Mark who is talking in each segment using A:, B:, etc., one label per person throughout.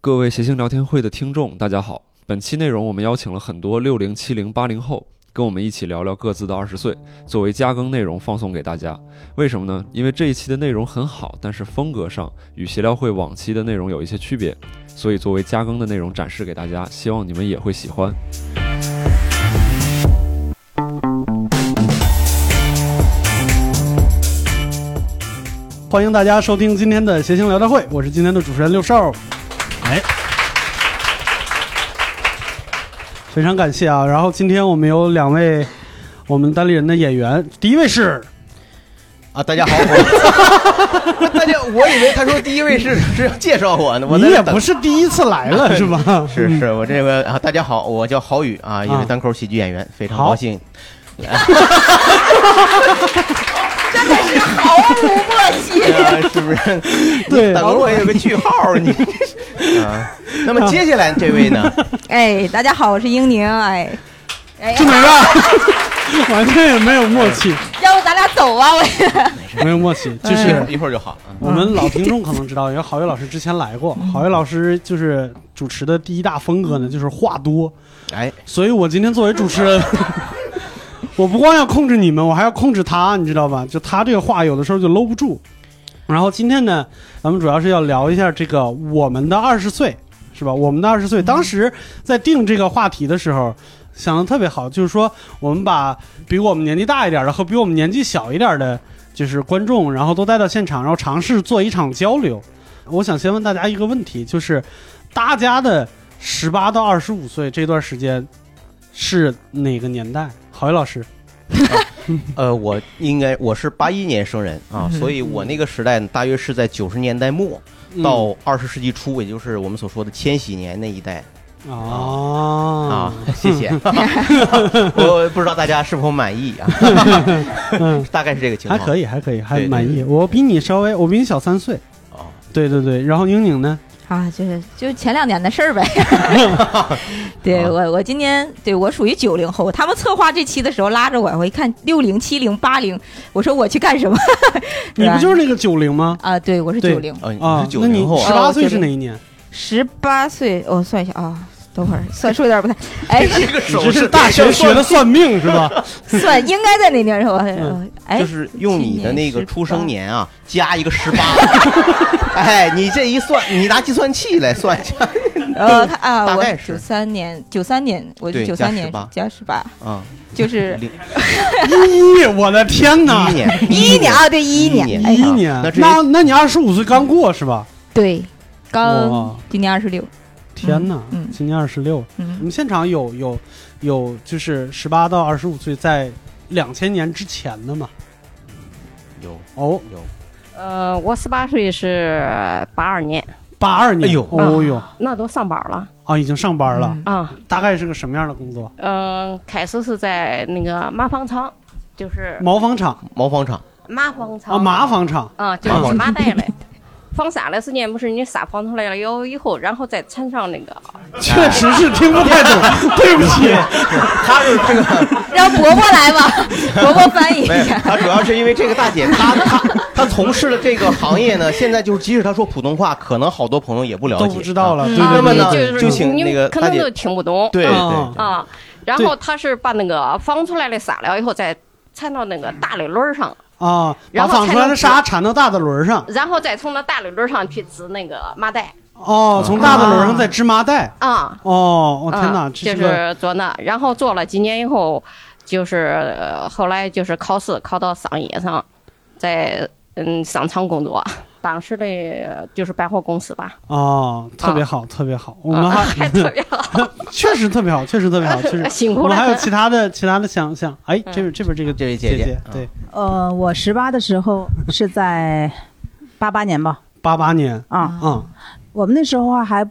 A: 各位谐星聊天会的听众，大家好。本期内容我们邀请了很多六零、七零、八零后，跟我们一起聊聊各自的二十岁，作为加更内容放送给大家。为什么呢？因为这一期的内容很好，但是风格上与协聊会往期的内容有一些区别，所以作为加更的内容展示给大家，希望你们也会喜欢。
B: 欢迎大家收听今天的谐星聊天会，我是今天的主持人六少。哎，非常感谢啊！然后今天我们有两位我们单立人的演员，第一位是
C: 啊，大家好，我大家，我以为他 说第一位是是要介绍我呢，我
B: 你
C: 在这
B: 也
C: 等
B: 不是第一次来 了是吧？
C: 是是，我这个啊，大家好，我叫郝宇啊，也
B: 啊
C: 是单口喜剧演员，非常
B: 好
C: 高兴。
D: 毫无默契。
C: 啊是不是？
B: 对
C: 等我有个句号， 你啊。 那么接下来这位呢？
D: 哎，大家好，我是英宁。哎，哎，
B: 就没了， 完全也没有默契，
C: 哎
D: 要不咱俩走吧？我
B: 没有默契，就
C: 一会
B: 是
C: 儿。一会儿就好。啊
B: 我们老听众可能知道，因为郝宇老师之前来过。郝宇老师就是主持的第一大风格呢，就是话多，
C: 哎，
B: 所以我今天作为主持人，我不光要控制你们，我还要控制他，你知道吧？就他这个话有的时候就搂不住。然后今天呢，咱们主要是要聊一下这个我们的二十岁，是吧？我们的二十岁，当时在定这个话题的时候。想的特别好，就是说我们把比我们年纪大一点的和比我们年纪小一点的，就是观众，然后都带到现场，然后尝试做一场交流。我想先问大家一个问题，就是大家的十八到二十五岁这段时间，是哪个年代？郝宇老师，
C: 呃，我应该我是八一年生人啊，
B: 嗯
C: 所以我那个时代呢大约是在九十年代末
B: 嗯
C: 到二十世纪初，也就是我们所说的千禧年那一代啊
B: 啊。
C: 哦谢 谢，我不知道大家是否满意啊，
B: 嗯，
C: 大概是这个情
B: 还
C: 况。
B: 可以，还可以，还
C: 对对
B: 满意。我比你稍微，我比你小三岁。
C: 哦
B: 对对对，然后英宁呢？
D: 啊，就是就是前两年的事 儿呗。
C: 啊
D: 对我，我今年对我属于九零后。他们策划这期的时候拉着我，我一看六零、七零、八零，我说我去干什么？
B: 你不
D: 对
B: 就是那个九零吗？
D: 啊，对我是
B: 对
D: 九零，
C: 哦，你
B: 啊
C: 是，九
B: 那你
C: 零后啊
B: 十
D: 哦
B: 八
D: 我
B: 岁是
D: 觉得
B: 哪一 年？
D: 十八岁。我、算一下啊，等会儿算数有点不太。 哎，
C: 这个
B: 你
C: 手
B: 这是大学学的算命是吧？
D: 算应该在哪年时候？
B: 嗯
D: 哎，
C: 就是用你的那个
D: 17
C: 出生年啊，加一个十八。哎，你这一算，你拿计算器来算一下
D: 呃，他啊，
C: 大
D: 我
C: 概是
D: 九三年，九三年，我
C: 对
D: 是九
C: 加
D: 三年
C: 18
D: 加十八，
C: 啊，
D: 就是
C: 零
B: 一，我的天哪
C: 一！年，
D: 一一年啊，对，一一
C: 一
D: 年，
C: 年
D: 哎，
B: 一
C: 啊
B: 年
C: 那，这
B: 那那你二十五岁刚过是吧？
D: 对，
B: 哇
D: 刚今年二十六，
B: 天哪，
D: 嗯
B: 今年二十六，我
D: 嗯，
B: 们现场有有有，就是十八到二十五岁，在两千年之前的嘛。
C: 有
B: 哦，
C: 有，
E: 呃，我十八岁是八二年，
B: 八二年，
C: 哎呦
B: 哦呦，
E: 那都上班儿了
B: 啊，已经上班了，
D: 啊嗯
E: 啊。
B: 大概是个什么样的工作？
E: 嗯、开始是在那个麻纺厂，就是
B: 毛纺厂
C: 毛纺厂
E: 麻纺厂
B: 啊，麻纺厂，
E: 啊，就
C: 麻纺
E: 是麻袋 嘞。纺纱的时间不是你纱纺出来了以后，以后然后再缠上那 个，
B: 确实是听不太懂，对不起，
C: 他是这个，
D: 让伯伯 来吧， 伯伯翻译一
C: 没有，
D: 下。
C: 他主要是因为这个大姐，她她她从事了这个行业呢，现在就是即使她说普通话，可能好多朋友也不了解，
B: 都不知道
C: 了。
B: 了。对
C: 那
B: 对
E: 啊
C: 么
B: 对
C: 呢
B: 对
C: 就请
E: 你
C: 那个
E: 可
C: 大
E: 能
C: 姐
E: 都听不懂
C: 对
B: 啊
C: 对，
E: 啊。然后他是把那个纺出来的纱了以后再缠到那个大的轮儿上，
B: 啊，把
E: 然后
B: 纺出来的
E: 才能
B: 纱缠到大的轮儿上，
E: 然后再从那大的轮儿上去织那个麻袋
C: 啊
B: 哦，从大的轮儿上再织麻袋。
E: 啊。
B: 哦，我
E: 啊，
B: 天哪，这
E: 就是
B: 个
E: 是做那，然后做了几年以后，就是、呃后来就是考试考到商业上，在嗯商场工作，当时的呃就是百货公司吧，
B: 哦，特别好，特别好，我们
E: 啊
B: 还
E: 还特别好，
B: 确实特别好，确实特别好，确实
E: 辛苦
B: 我
E: 了嗯
B: 们还有其他的其他的想想，哎，这边这边这个
C: 这位
B: 姐
C: 姐嗯姐
B: 对，
F: 呃，我十八的时候是在八八年吧，
B: 八八年，
F: 啊，
B: 啊
F: 我们那时候啊还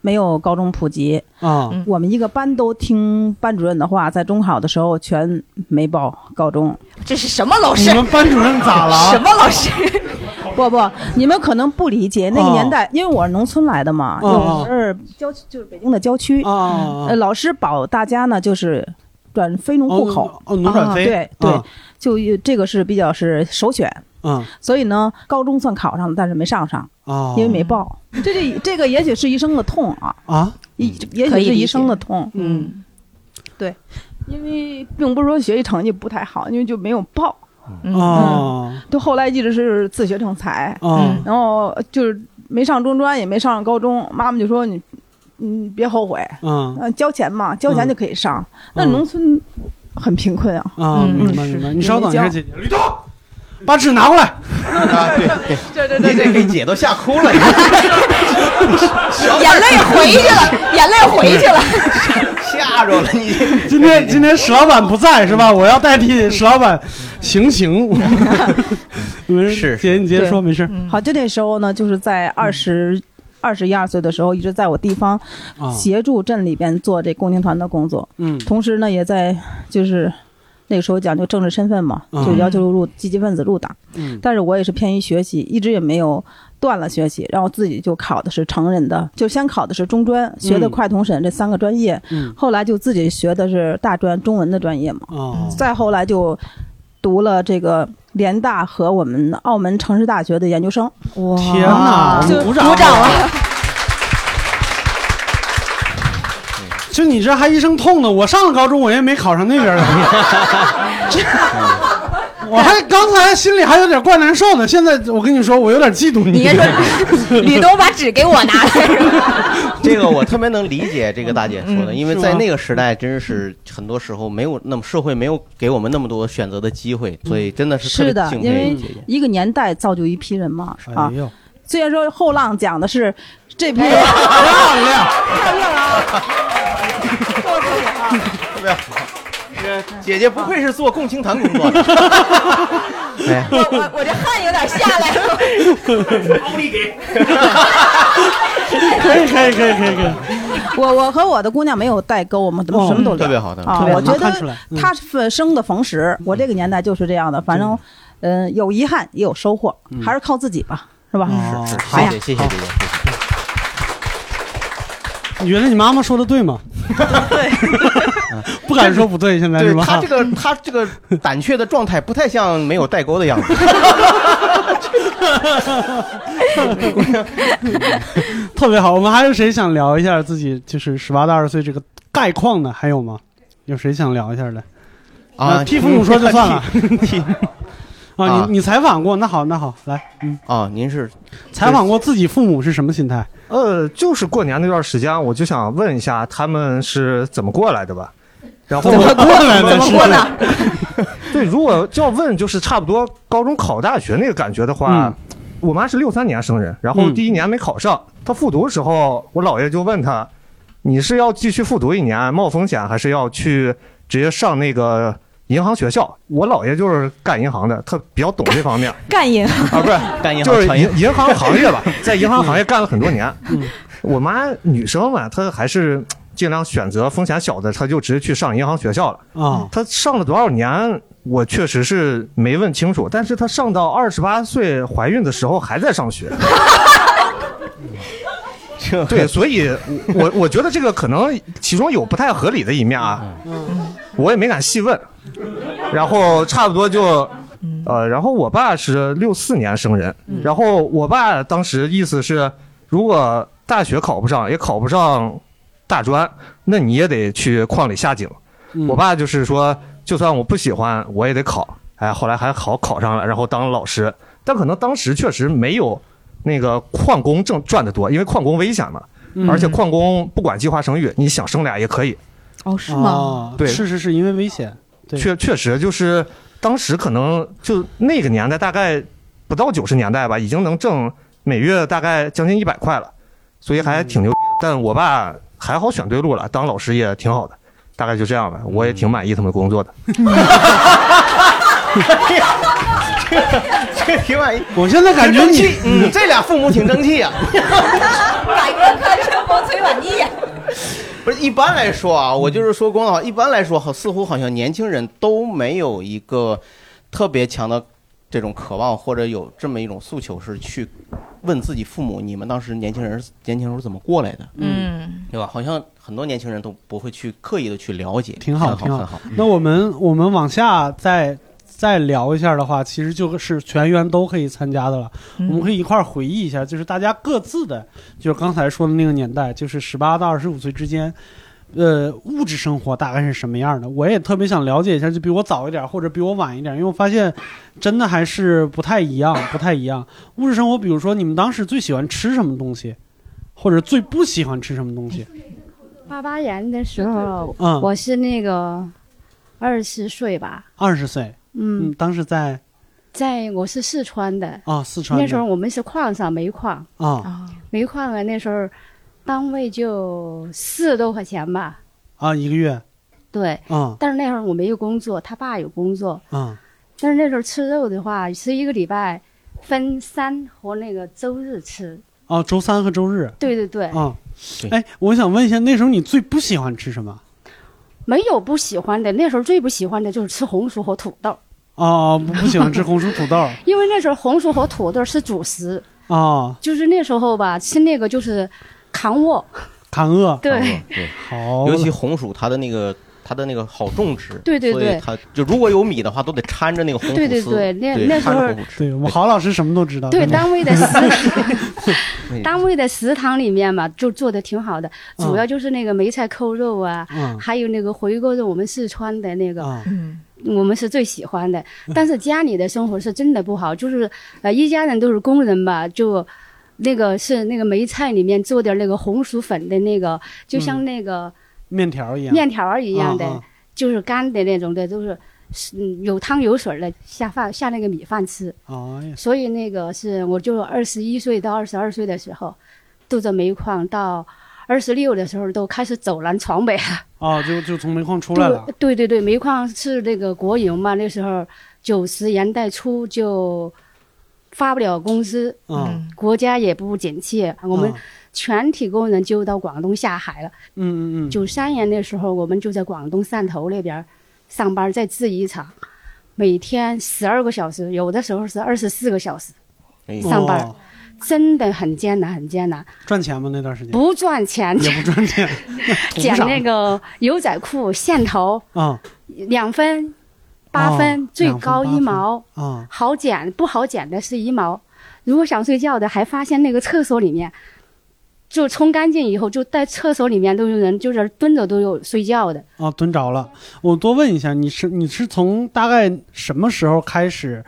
F: 没有高中普及，
B: 啊
D: 嗯
F: 我们一个班都听班主任的话，在中考的时候全没报高中。
D: 这是什么老师
B: 你？们班主任咋
D: 什
B: 了？
D: 么老师？
F: 不不，你们可能不理解那个
B: 哦
F: 年代，因为我是农村来的嘛，
B: 哦
F: 有时候郊区就是北京的郊区，
B: 啊啊
F: 呃，老师保大家呢就是转非农户口，
B: 哦，奴转
F: 啊
B: 非，
F: 对对，就这个是比较是首选。
B: 嗯
F: 所以呢，高中算考上了，但是没上上，
B: 啊，
F: 因为没报。这这这个也许是一生的痛啊，
B: 啊，
F: 也也
D: 可
F: 许
D: 以
F: 是
D: 理解
F: 一生的痛，
D: 嗯
F: 因为并不是说学习成绩不太好，因为就没有报，
D: 嗯
B: 哦
F: 就后来一直是自学成才，
B: 哦
D: 嗯
F: 然后就是没上中专，也没上高中，妈妈就说你，嗯，别后悔，
B: 嗯
F: 嗯，交钱嘛，交钱就可以上。那
B: 嗯
F: 农村很贫困啊，
B: 啊，
D: 嗯
B: 明白
F: 是
B: 明白。
F: 你
B: 你稍等一
F: 没
B: 下，
F: 教
B: 姐姐，吕东，把纸拿过来。
C: 啊，对对
F: 对 对
C: 对对，给姐都吓哭了，
D: 眼泪回去了，眼泪回去了。
C: 吓着了你。
B: 今天今天史老板不在是吧？我要代替史老板行 刑。没事
C: 是
B: 姐，你接着说，没事。
D: 嗯
F: 好，就那时候呢，就是在
B: 嗯
F: 二十二十一二岁的时候，一直在我地方
B: 啊，
F: 协助镇里边做这共青团的工作，
B: 嗯
F: 同时呢，也在就是那个时候讲究政治身份嘛，
B: 嗯
F: 就要求入积极分子入党。
B: 嗯
F: 但是我也是偏于学习，一直也没有断了学习，然后自己就考的是成人的，就先考的是中专，学的快同审这三个专业，
B: 嗯
F: 后来就自己学的是大专中文的专业嘛，
B: 哦
F: 再后来就读了这个联大和我们澳门城市大学的研究生，啊
D: 哇
B: 天哪，我
D: 啊就
B: 们鼓
D: 鼓
B: 掌
D: 掌了。
B: 就你这还一声痛呢，我上了高中，我也没考上那边儿的 这我还刚才心里还有点怪难受呢，现在我跟你说，我有点嫉妒
D: 你
B: 你。
D: 先说，吕东把纸给我拿来。
C: 这个我特别能理解这个大姐说的，
D: 嗯
C: 因为
B: 是
C: 在
B: 吗
C: 那个时代，真是很多时候没有那么社会没有给我们那么多选择的机会，所以真的是特
F: 是
C: 别
F: 的
C: 敬
F: 因
C: 佩
F: 为
C: 姐姐。
F: 一个年代造就一批人嘛，啊
B: 哎，呦，
F: 虽然说后浪讲的是这批人。
B: 漂亮！
C: 特别好，姐姐不愧是做共青团工作的。哎，
D: 我我我这汗有点下来了。
B: 可以可以可以可以可以，
F: 我我和我的姑娘没有代沟，我们
B: 哦
F: 什么都聊
C: 特别好的
F: 啊
B: 特别！好
F: 我觉
B: 能看出
F: 得
B: 来嗯
F: 她是生的逢时，我这个年代就是这样的，反正嗯，有遗憾也有收获，还是靠自己吧，是吧？
B: 嗯哦
C: 是
B: 好呀
C: 是，谢谢谢谢姐姐。
B: 你觉得你妈妈说的对吗？对，不敢说不对，现在是
C: 对
B: 吧？
C: 他这个他这个胆怯的状态，不太像没有代沟的样子。
G: 음.
B: 特别好。我们还有谁想聊一下自己就是十八到二十岁这个概况呢？还有吗？有谁想聊一下的？那替父母说就算了。
C: 啊替
B: 啊，
C: 啊
B: 你你采访过？那好，那好，来，嗯，
C: 啊，您是
B: 采访过自己父母是什么心态？
H: 呃，就是过年那段时间，我就想问一下他们是怎么过来的吧。然后
B: 怎么过来的？
D: 怎么过
B: 是
D: 呢？
H: 对，如果就要问，就是差不多高中考大学那个感觉的话，
B: 嗯
H: 我妈是六三年生人，然后
B: 嗯
H: 第一年没考上，她复读的时候，我姥爷就问她，你是要继续复读一年冒风险，还是要去直接上那个银行学校？我姥爷就是干银行的，他比较懂这方面
D: 干赢，
H: 啊，不是
C: 干银
H: 就
C: 行
H: 是
C: 传
H: 银
C: 业，
H: 银行行业 吧，在银行行业干了很多年。
B: 嗯
H: 我妈女生嘛，她还是尽量选择风险小的，她就直接去上银行学校了。
B: 啊，
H: 她上了多少年，我确实是没问清楚，但是她上到二十八岁怀孕的时候还在上学。
C: 这
H: 对，所以我我我觉得这个可能其中有不太合理的一面啊，
C: 嗯
G: 음.
H: 我也没敢细问。然后差不多就，呃，然后我爸是六四年生人，然后我爸当时意思是，如果大学考不上，也考不上大专，那你也得去矿里下井。我爸就是说，就算我不喜欢，我也得考。哎，后来还好考上了，然后当老师。但可能当时确实没有那个矿工挣赚得多，因为矿工危险嘛，
B: 嗯
H: 而且矿工不管计划生育，你想生俩也可以。
D: 哦，是吗？
B: 啊，
H: 对
B: 是是是因为危险，对
H: 确确实就是当时可能就那个年代，大概不到九十年代吧，已经能挣每月大概将近一百块了，所以还挺牛。但我爸还好选对路了，当老师也挺好的，大概就这样吧。我也挺满意他们工作的。
C: 这挺满意。
B: 我现在感觉
C: 挺争
B: 你
C: 气，嗯，这俩父母挺争气呀、
D: 改革开春风吹满地呀！
C: 不是一般来说啊，
B: 嗯
C: 我就是说公道话，一般来说好，似乎好像年轻人都没有一个特别强的这种渴望，或者有这么一种诉求，是去问自己父母，你们当时年轻人年轻时候怎么过来的，
D: 嗯，
C: 对吧？好像很多年轻人都不会去刻意的去了解，
B: 挺好
C: 很
B: 挺
C: 好，
B: 好
C: 嗯很好。
B: 那我们我们往下再再聊一下的话，其实就是全员都可以参加的了。我们可以一块儿回忆一下，就是大家各自的，就是刚才说的那个年代，就是十八到二十五岁之间。呃，物质生活大概是什么样的？我也特别想了解一下，就比我早一点或者比我晚一点，因为我发现真的还是不太一样，不太一样。物质生活，比如说你们当时最喜欢吃什么东西，或者最不喜欢吃什么东西？
I: 八八年的时候，
B: 嗯
I: 我是那个二十四岁吧，
B: 二十岁，
I: 嗯
B: 嗯，，当时在
I: 在我是四川的，
B: 啊、四川的
I: 那时候我们是矿上煤矿，
B: 啊
I: 煤矿啊，那时候单位就四十多块钱吧，
B: 啊一个月
I: 对。
B: 啊
I: 但是那会儿我没有工作，他爸有工作，
C: 嗯
B: 啊
I: 但是那时候吃肉的话，是一个礼拜分三和那个周日吃。
B: 啊，周三和周日
I: 对对对，
B: 啊
C: 对。
B: 哎，我想问一下，那时候你最不喜欢吃什么？
I: 没有不喜欢的，那时候最不喜欢的就是吃红薯和土豆，
B: 哦，不不喜欢吃红薯土豆
I: 因为那时候红薯和土豆是主食，
B: 啊，
I: 就是那时候吧，吃那个就是扛饿，
B: 扛饿。
I: 对。
C: 对，
B: 好了，
C: 尤其红薯，它的那个它的那个好种植，
I: 对对
C: 所以
I: 对
C: 它就如果有米的话，都得掺着那个红薯丝，
I: 对对对那
C: 对
I: 那
C: 掺着
I: 时候
C: 红薯吃
B: 对我们郝老师什么都知道。
I: 对
B: 真的
I: 单位的食
C: 那
I: 单位的食堂里面嘛，就做的挺好的，主要就是那个梅菜扣肉啊，
B: 嗯
I: 还有那个回锅肉，我们四川的那个、
B: 啊
D: 嗯，
I: 我们是最喜欢的。但是家里的生活是真的不好，就是呃一家人都是工人吧，就。那个是那个梅菜里面做点那个红薯粉的那个，就像那个
B: 面条一样，
I: 面条儿一样的，
B: 啊啊
I: 就是干的那种的，就是嗯有汤有水儿的下饭下那个米饭吃。
B: 哦哎呀
I: 所以那个是我就二十一岁到二十二岁的时候，住着煤矿，到二十六的时候都开始走南闯北了。
B: 哦，就就从煤矿出来了
I: 对对对，煤矿是那个国营嘛，那时候九十年代初就发不了工资，
B: 啊。
I: 国家也不景气，我们
B: 啊
I: 全体工人就到广东下海了。
B: 嗯嗯嗯，
I: 九三年的时候，我们就在广东汕头那边儿上班，在制衣厂，每天十二个小时，有的时候是二十四个小时。
C: 哎
I: 上班
B: 哦
I: 真的很艰难，很艰难，
B: 赚钱吗？那段时间
I: 不赚钱，
B: 也不赚钱，
I: 剪
B: 图啥
I: 那个牛仔裤线头
B: 啊
I: 两分、八分，
B: 哦
I: 最高一毛，
B: 啊
I: 好剪不好剪的是一毛。如果想睡觉的，还发现那个厕所里面，就冲干净以后，就在厕所里面都有人，就是蹲着都有睡觉的。
B: 啊！蹲着了。我多问一下，你是你是从大概什么时候开始，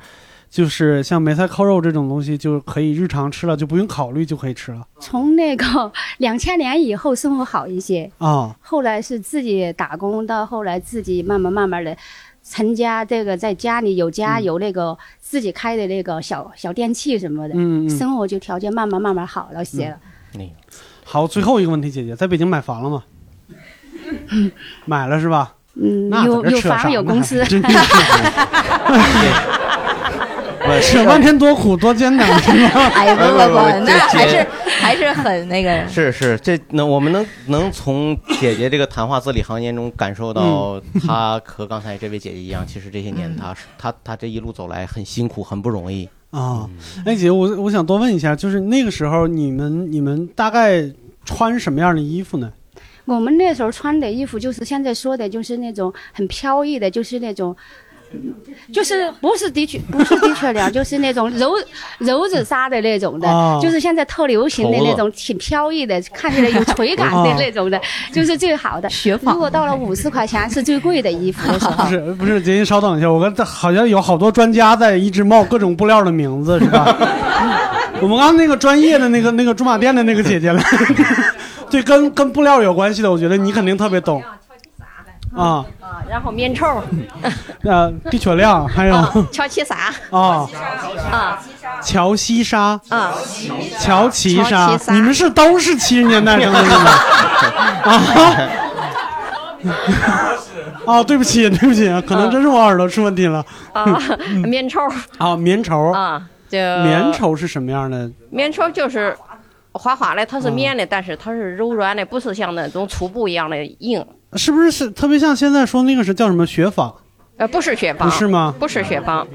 B: 就是像梅菜扣肉这种东西就可以日常吃了，就不用考虑就可以吃了
I: 从那个两千年以后，生活好一些。
B: 啊？
I: 后来是自己打工，到后来自己慢慢慢慢的成家，这个在家里有
B: 嗯
I: 家、有那个自己开的那个小小电器什么的，
B: 嗯嗯。
I: 生活就条件慢慢慢慢好了些了。
B: 好，最后一个问题，姐姐在北京买房 了吗？买了是吧？
I: 嗯，
B: 那
I: 有
B: 在这
I: 有
B: 扯啥
I: 房有
B: 呢，
I: 公司
B: 真是 扯半天多苦多艰难是 吧？
D: 哎不不
C: 不不
D: 不，那
C: 这
D: 还
C: 这
D: 是还是很那 个，
C: 是是，这能我们能能从姐姐这个谈话字里行间中感受到，她和刚才这位姐姐一样，其实这些年她是她她这一路走来很辛苦，很不容易。
B: 啊，哎姐，我我想多问一下，就是那个时候你们你们大概穿什么样的衣服呢？
I: 我们那时候穿的衣服就是现在说的，就是那种很飘逸的，就是那种。嗯就是不是 的确不是的确了，就是那种柔柔子纱的那种的，
B: 哦
I: 就是现在特流行的那种挺飘逸的，看起来有垂感的那 种的，就是最好的。
D: 学
I: 如
D: 坊
I: 果到了五十块钱是最贵的衣服的时
B: 不
I: 候，
B: 是不是，姐，你稍等一下，我刚才好像有好多专家在一直冒各种布料的名字，是吧？ 嗯我们刚刚那个专业的那个那个驻马店的那个姐 姐来，对，跟跟布料有关系的，我觉得你肯定特别懂。啊，
E: 啊，然后棉绸，
B: 呃，地球亮， 还有
E: 啊，乔其纱，
B: 啊，
E: 啊，
B: 乔西莎，
E: 啊，
B: 乔其
E: 乔
B: 莎
E: 其，莎
B: 你们是都是七十年代生的是吗？ 啊。哦，对不起，对不起，可能真是我耳朵出问题了。
E: 啊， 棉绸，
B: 啊，棉绸，
E: 啊，就
B: 棉，绸是什么样的？
E: 棉绸就是滑滑的，它是棉
B: 嗯
E: 的，但是它是柔软的，不是像那种粗布一样的硬，
B: 是不是是特别像现在说那个是叫什么雪纺？
E: 呃，不是雪
B: 不
E: 纺，
B: 是吗？
E: 不是雪纺，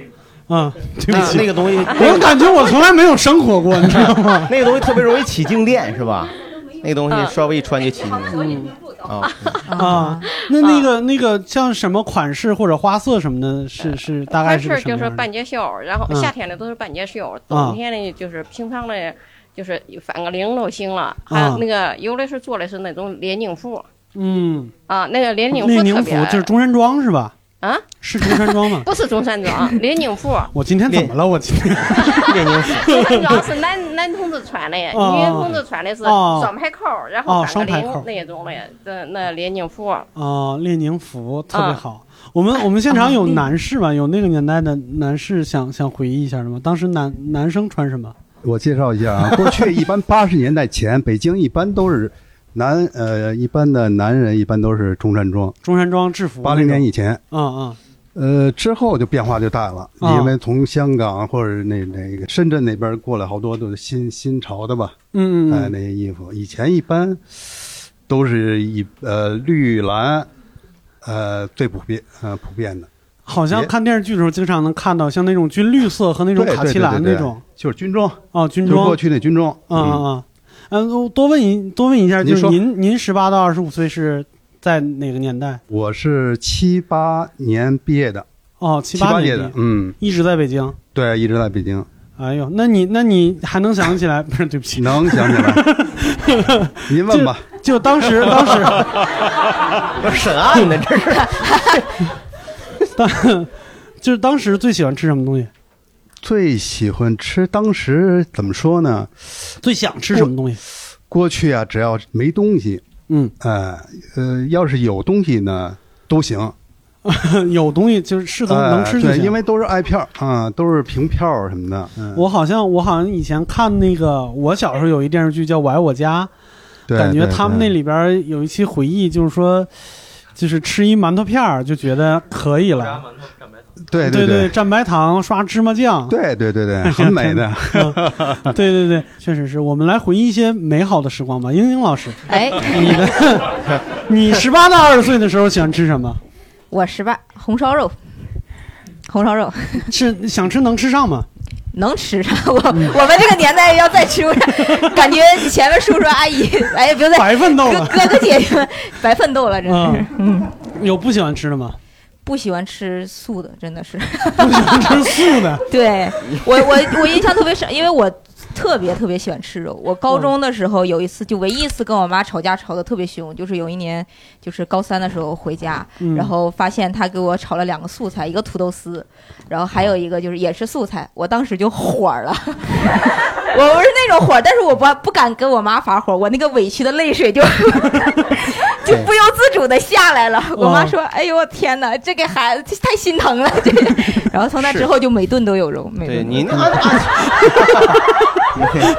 B: 嗯，对
C: 那
B: 不起，
C: 那个东 西，
B: 我感觉我从来没有生活过， 你知道吗？
C: 那个东西特别容易起静电，是吧？那个东西
E: 嗯
C: 稍微一穿就起静电。啊，
B: 啊，那那个那个像什么款式或者花色什么的，是是大概
E: 宽
B: 是个
E: 呃式
B: 什
E: 就
B: 么
E: 是
B: 样的？
E: 半截袖儿，然后
B: 嗯
E: 夏天的都是半截袖儿，
B: 啊
E: 冬天的就是平常的，就是反个领都行了。还
B: 啊
E: 有那个有的是做的是那种连领裤
B: 嗯，
E: 啊，那个连领
B: 那
E: 特
B: 宁服
E: 别
B: 就是中山装是吧？
E: 啊，
B: 是中山装吗
E: ？不是中山装，连领裤，
B: 我今天怎么了？我今天
C: 列宁服
E: 中山装是男男同志穿的，女
B: 哦
E: 同志穿的是
B: 哦
E: 双排扣儿，然
B: 哦
E: 后反
B: 双
E: 个
B: 排
E: 领
B: 扣儿
E: 那种的，那那连领裤啊
B: 哦，列宁服特别 好。我们我们现场有男士吧？有那个年代的男士想想回忆一下的吗？当时男男生穿什么？
J: 我介绍一下 啊，过去一般八十年代前，北京一般都是男呃，一般的男人一般都是中山装。
B: 中山装制服那
J: 八
B: 种。
J: 零年以前，
B: 嗯
J: 呃，之后就变化就大了，
B: 啊
J: 因为从香港或者那那个深圳那边过来好多都是新新潮的吧，
B: 嗯嗯
J: 哎，
B: 嗯
J: 那些衣服以前一般都是一呃绿蓝，呃最普遍呃普遍的，
B: 好像看电视剧的时候经常能看到，像那种军绿色和那种
J: 对
B: 卡其蓝那种。
J: 就是军装，
B: 哦，军
J: 就是
B: 装
J: 过去那军装，
B: 啊啊
J: 嗯，
B: 啊！嗯，我多问一多问一下，
J: 您
B: 就是
J: 说
B: 您您十八到二十五岁是在哪个年代？
J: 我是七八年毕业的，
B: 哦，七
J: 七八届
B: 年
J: 的，嗯，
B: 一直在北京。
J: 对，啊一直在北京，
B: 哎呦，那你那你还能想起来？ 不是，对不起，
J: 能想起来， 您问吧，
B: 就当时当时
C: 不是审案呢，这是
B: 当，就是当时最喜欢吃什么东西，
J: 最喜欢吃当时怎么说呢？
B: 最想吃什么东西？
J: 过去啊，只要没东西，
B: 嗯，
J: 呃呃，要是有东西呢，都行。
B: 有东西就是是能能
J: 呃，
B: 吃就
J: 对，
B: 行。
J: 因为都是爱票啊、都是凭票什么的。嗯，
B: 我好像我好像以前看那个，我小时候有一电视剧叫《我爱我家》，
J: 对
B: 感觉
J: 对
B: 他们那
J: 对
B: 里边有一期回忆，就是说，就是吃一馒头片儿就觉得可以了。
J: 对
B: 对
J: 对
B: 蘸白糖刷芝麻酱，
J: 对对对对，很美 的。
B: 对对对，确实是我们来回忆一些美好的时光吧。英英老 师，
D: 哎，
B: 你的 你十八到二十岁的时候喜欢吃什么？
D: 我十八红烧肉，红烧肉
B: 是想吃能吃上吗？
D: 能吃上，我我们这个年代要再吃不上，感觉前面叔叔阿姨， 哎，别再
B: 白奋斗
D: 哥
B: 了。
D: 哥哥姐姐们白奋斗了，真的是
B: 嗯，有不喜欢吃的吗？
D: 不喜欢吃素的，真的是。
B: 不喜欢吃素的。
D: 对我我我印象特别深，因为我特别特别喜欢吃肉。我
B: 嗯
D: 高中的时候有一次，就唯一一次跟我妈吵架吵得特别凶，就是有一年，就是高三的时候回家，
B: 嗯
D: 然后发现她给我炒了两个素菜，一个土豆丝，然后还有一个就是也是素菜，我当时就火了。 我不是那种火，但是我不不敢跟我妈发火，我那个委屈的泪水就就不由自主的下来了。我妈说：“哎呦，我天哪，这给孩子太心疼了。”这， 然后从那之后就每顿都有肉，每
C: 对
D: 顿都
C: 你
D: 有
C: 那 按按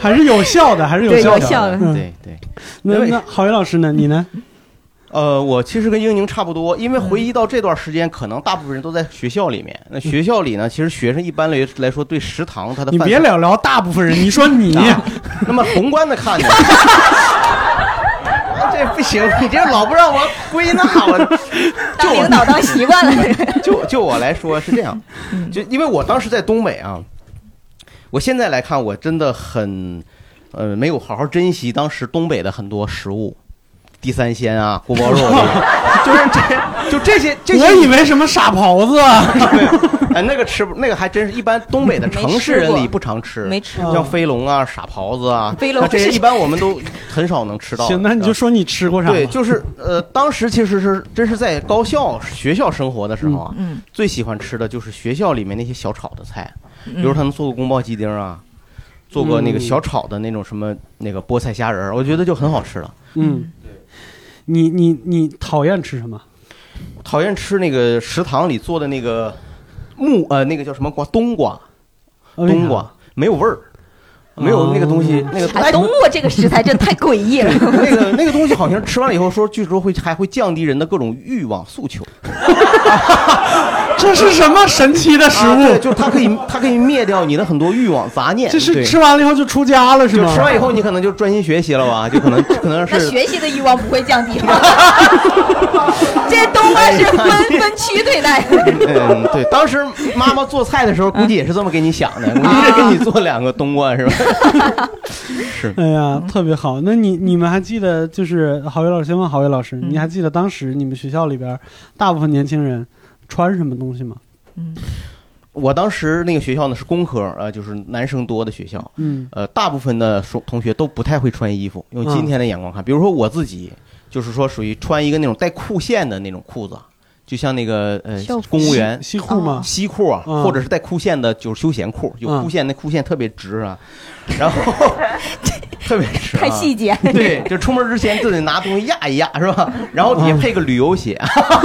B: 还是有效的，还是
D: 对
B: 效
D: 有
B: 的。
D: 效的。
B: 嗯
C: 对对。
B: 那那郝云老师呢？你呢？
C: 呃，我其实跟英宁差不多，因为回忆到这段时间，可能大部分人都在学校里面。那学校里呢，其实学生一般来来说对食堂他的
B: 你
C: 饭
B: 别
C: 菜
B: 聊聊大部分人，你说你
C: 啊那么宏观的看呢， 这不行，你这老不让我归纳，我
D: 当领导当习惯了，嗯
C: 就就我来说是这样，就因为我当时在东北啊，我现在来看我真的很呃没有好好珍惜当时东北的很多食物。地三鲜啊，锅包肉啊，就是这，就这些，这 些
B: 我以为什么傻狍子啊？
C: 哎，那个吃不，那个还真是一般东北的城市人里不常吃，
D: 没吃
B: 过
C: 像飞龙啊、傻狍子啊，
D: 飞龙
C: 那这些
D: 是
C: 一般我们都很少能吃到。
B: 行，那你就说你吃过啥吧？
C: 对，就是呃，当时其实是真是在高校学校生活的时候啊，
D: 嗯，
C: 最喜欢吃的就是学校里面那些小炒的菜，比
D: 比
C: 如他们做过宫保鸡丁啊，做过
D: 嗯
C: 那个小炒的那种什么那个菠菜虾仁儿，我觉得就很好吃了。
B: 嗯，你你你讨厌吃什么？
C: 讨厌吃那个食堂里做的那个木呃那个叫什么瓜冬瓜，
D: 哎
B: 呃为啥
C: 冬瓜没有味儿，没有那个东西，那个
D: 哎，冬瓜这个食材真太诡异 了。
C: 那个那个东西好像吃完了以后，说据说会还会降低人的各种欲望诉求。
B: 这是什么神奇的食
C: 啊
B: 物？
C: 对，就是它可以，它可以灭掉你的很多欲望、杂念。
B: 这是
C: 对
B: 吃完了以后就出家了是
C: 就
B: 吗？
C: 吃完以后，你可能就专心学习了 吧？就可能可能
D: 那
C: 是
D: 学习的欲望不会降低 吗？这东瓜是分分区对待的。
C: 嗯，对，当时妈妈做菜的时候，估计也是这么给你想 的，我一人给你做两个冬瓜是吧？
B: 哎呀，特别好。那你你们还记得，就是郝宇老师，先问郝宇老
D: 嗯
B: 师，你还记得当时你们学校里边大部分年轻人穿什么东西吗？
C: 我当时那个学校呢是工科，呃，就是男生多的学校，
B: 嗯
C: 呃，大部分的同同学都不太会穿衣服。
D: 嗯
C: 用今天的眼光看，比如说我自己，就是说属于穿一个那种带裤线的那种裤子，就像那个呃
D: 校服哦
C: 公务员
B: 西西裤吗？
C: 西裤啊，
B: 嗯
C: 或者是带裤线的，就是休闲裤，有
B: 嗯
C: 裤线那裤线特别直啊，然 后特别直、啊，
D: 看细节，
C: 对，就出门之前就得拿东西压一压，是吧？然后
B: 嗯
C: 底下配个旅游鞋，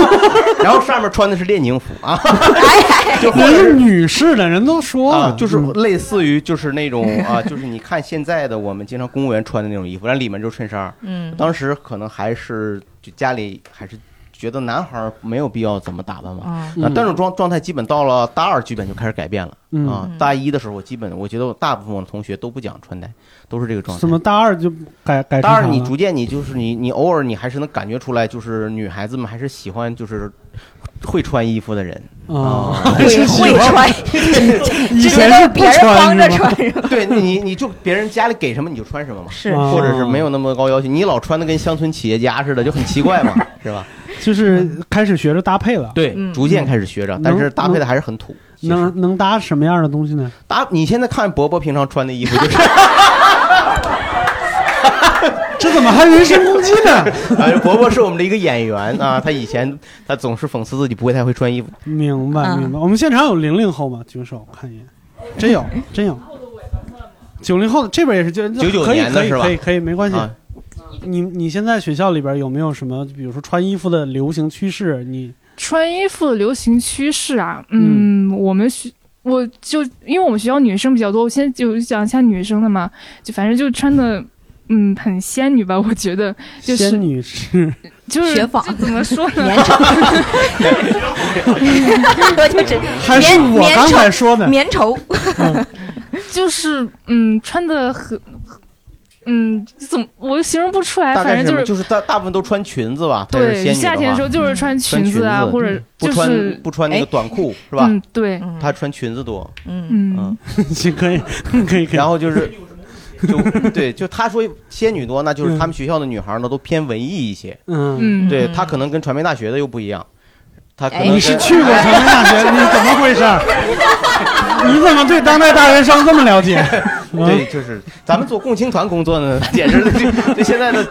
C: 然后上面穿的是列宁服啊，
D: 哎
C: 就或
B: 人
C: 者
B: 是
C: 是
B: 女士的，人都说
C: 啊
B: 了，，
C: 就是
B: 嗯
C: 类似于就是那种啊，就是你看现在的我们经常公务员穿的那种衣服，然后里面就是衬衫儿。
D: 嗯，
C: 当时可能还是就家里还是觉得男孩儿没有必要怎么打扮嘛。
D: 啊，
C: 啊，但是状状态基本到了大二，基本就开始改变了
B: 嗯
C: 啊。大一的时候，我基本我觉得我大部分我的同学都不讲穿戴，都是这个状态。
B: 怎么大二就改
D: 哎
B: 改成
C: 当
D: 啊
C: 然，
B: 啥
C: 你
B: 了
C: 逐渐你就是你你偶尔你还是能感觉出来，就是女孩子们还是喜欢就是会穿衣服的人。
B: 啊？
D: 哦 会会穿，
B: 以
D: 之前都
B: 前
D: 是
B: 是
D: 别人帮着
B: 是吧
D: 穿，是 吧
C: 对你你就别人家里给什么你就穿什么嘛，
D: 是哦
B: 啊
C: 或者是没有那么高要求，你老穿的跟乡村企业家似的就很奇怪嘛，是吧？
B: 就是开始学着搭配了。
C: 对
D: 嗯
C: 逐渐开始学着
B: 嗯，
C: 但是搭配的还是很土。其实
B: 能能搭什么样的东西呢？
C: 搭啊你现在看伯伯平常穿的衣服 就是，
B: 这怎么还人身攻击 呢？
C: 啊伯伯是我们的一个演员啊，他以前他总是讽刺自己不会太会穿衣服，
B: 明白
D: 嗯
B: 明白。我们现场有零零后吗？举个手，我看一眼，真 有真有。九零后的这边也是九
C: 99
B: 可以
C: 年的
B: 可以
C: 是吧
B: 可以可以，没关系。
C: 啊
B: 你你现在学校里边有没有什么，比如说穿衣服的流行趋势？你
K: 穿衣服的流行趋势啊，嗯，我们学我就因为我们学校女生比较多，我先就讲一下女生的嘛，就反正就穿的。嗯，很仙女吧？我觉得就是
B: 仙女是
K: 就是
D: 雪纺
K: 就怎么说 呢？
D: 棉绸，我就只
B: 还是
D: 棉
B: 我
D: 棉
B: 刚
D: 绸
B: 才说的？
D: 棉绸，
K: 就是嗯，穿的很，嗯，怎么我形容不出来？
C: 大
K: 哎反
C: 概
K: 正
C: 是什
K: 就
C: 么就是
K: 是
C: 大大部分都穿裙子吧，她是仙女
K: 对夏
C: 的
K: 天的
C: 话
K: 时候
B: 嗯
K: 就是穿
C: 穿
K: 裙子啊，
C: 子嗯
K: 或者
C: 不
K: 就
C: 穿
K: 是
C: 不穿那个
D: 哎
C: 短裤是吧？
K: 嗯，对，
C: 她穿裙子多，
D: 嗯，
K: 嗯
C: 嗯，
B: 行，可以可以可以
C: 然。后就是。就对，就她说仙女多，那就是他们学校的女孩呢都偏文艺一些。
B: 嗯，
K: 嗯，
C: 对她可能跟传媒大学的又不一样，她啊可
D: 哎
C: 能跟
B: 你是去过传媒大学？你怎么回事 儿？你怎么对当代大学生这么了解？
C: 对，就是咱们做共青团工作呢，简直就就现在的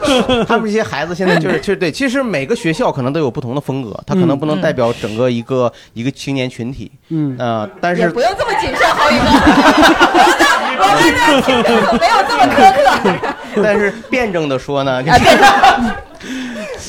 C: 他们这些孩子现在就是就是对，其实每个学校可能都有不同的风格，他可能不
D: 嗯
C: 能代表整个一个一个青年群体。
B: 嗯，
C: 呃，但
D: 也
C: 是
D: 不用 这么谨慎，郝宇哥，我们的听众没有这么苛刻。
C: 但是辩证的说呢，就
D: 啊，
C: 是
D: 变成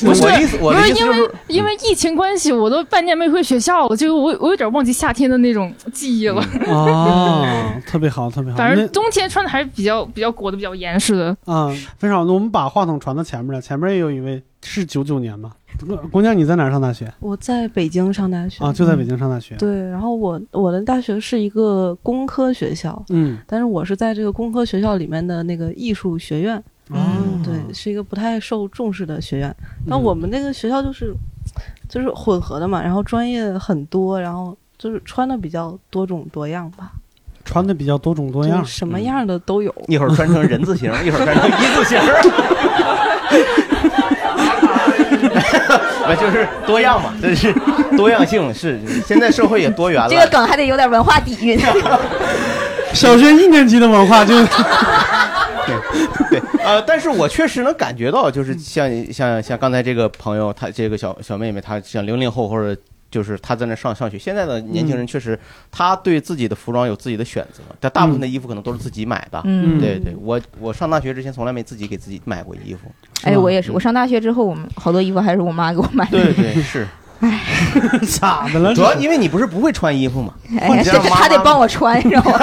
K: 不是
C: 我的意思我
K: 不
C: 的
K: 是
C: 意思
K: 因
C: 就
K: 为
C: 是
K: 因为疫情关系，我都半年没回学校了，就我我有点忘记夏天的那种记忆了。
C: 嗯
B: 哦，特别好，特别好。
K: 反
B: 那
K: 正冬天穿的还是比较比较裹得比较严实的。
B: 啊、非常好。那我们把话筒传到前面来，前面也有一位是九九年吗？姑姑娘，你在哪儿上大学
L: 我在北京上大学
B: 啊？就在北。京上大学。
L: 嗯对，然后我我的大学是一个工科学校，
B: 嗯，
L: 但是我是在这个工科学校里面的那个艺术学院，
B: 嗯
L: 对，是一个不太受重视的学院。但我们那个学校就是就是混合的嘛，然后专业很多，然后就是穿的比较多种多样吧，
B: 穿的比较多种多
L: 就
B: 样嗯
L: 是。什么样的都有。
C: 一会儿穿成人字形，一会儿穿成一字形。 不就是多样 嘛，这是多样性是现在社会也多元了。
D: 这个梗还得有点文化底 蕴。
B: 小学一年级的文 化就
C: 对，呃，但是我确实能感觉到，就是像像像刚才这个朋友，她这个小小妹妹，她像零零后或者。就是她在那上上学，现在的年
B: 嗯
C: 轻人确实，她对自己的服装有自己的选择，但大部分的衣服可能都是自己买的。
B: 嗯
C: 对对，我我上大学之前从来没自己给自己买过衣服。
B: 是
D: 哎，
B: 吗
D: 我也是，我上大学之后，我们好多衣服还是我妈给我买的。
C: 嗯对对 是，
B: 咋的了？
C: 主要因为你不是不会穿衣服嘛，
D: 哎呀，
C: 你
D: 是
C: 知道啊妈妈
D: 她得帮我穿，你知道吗？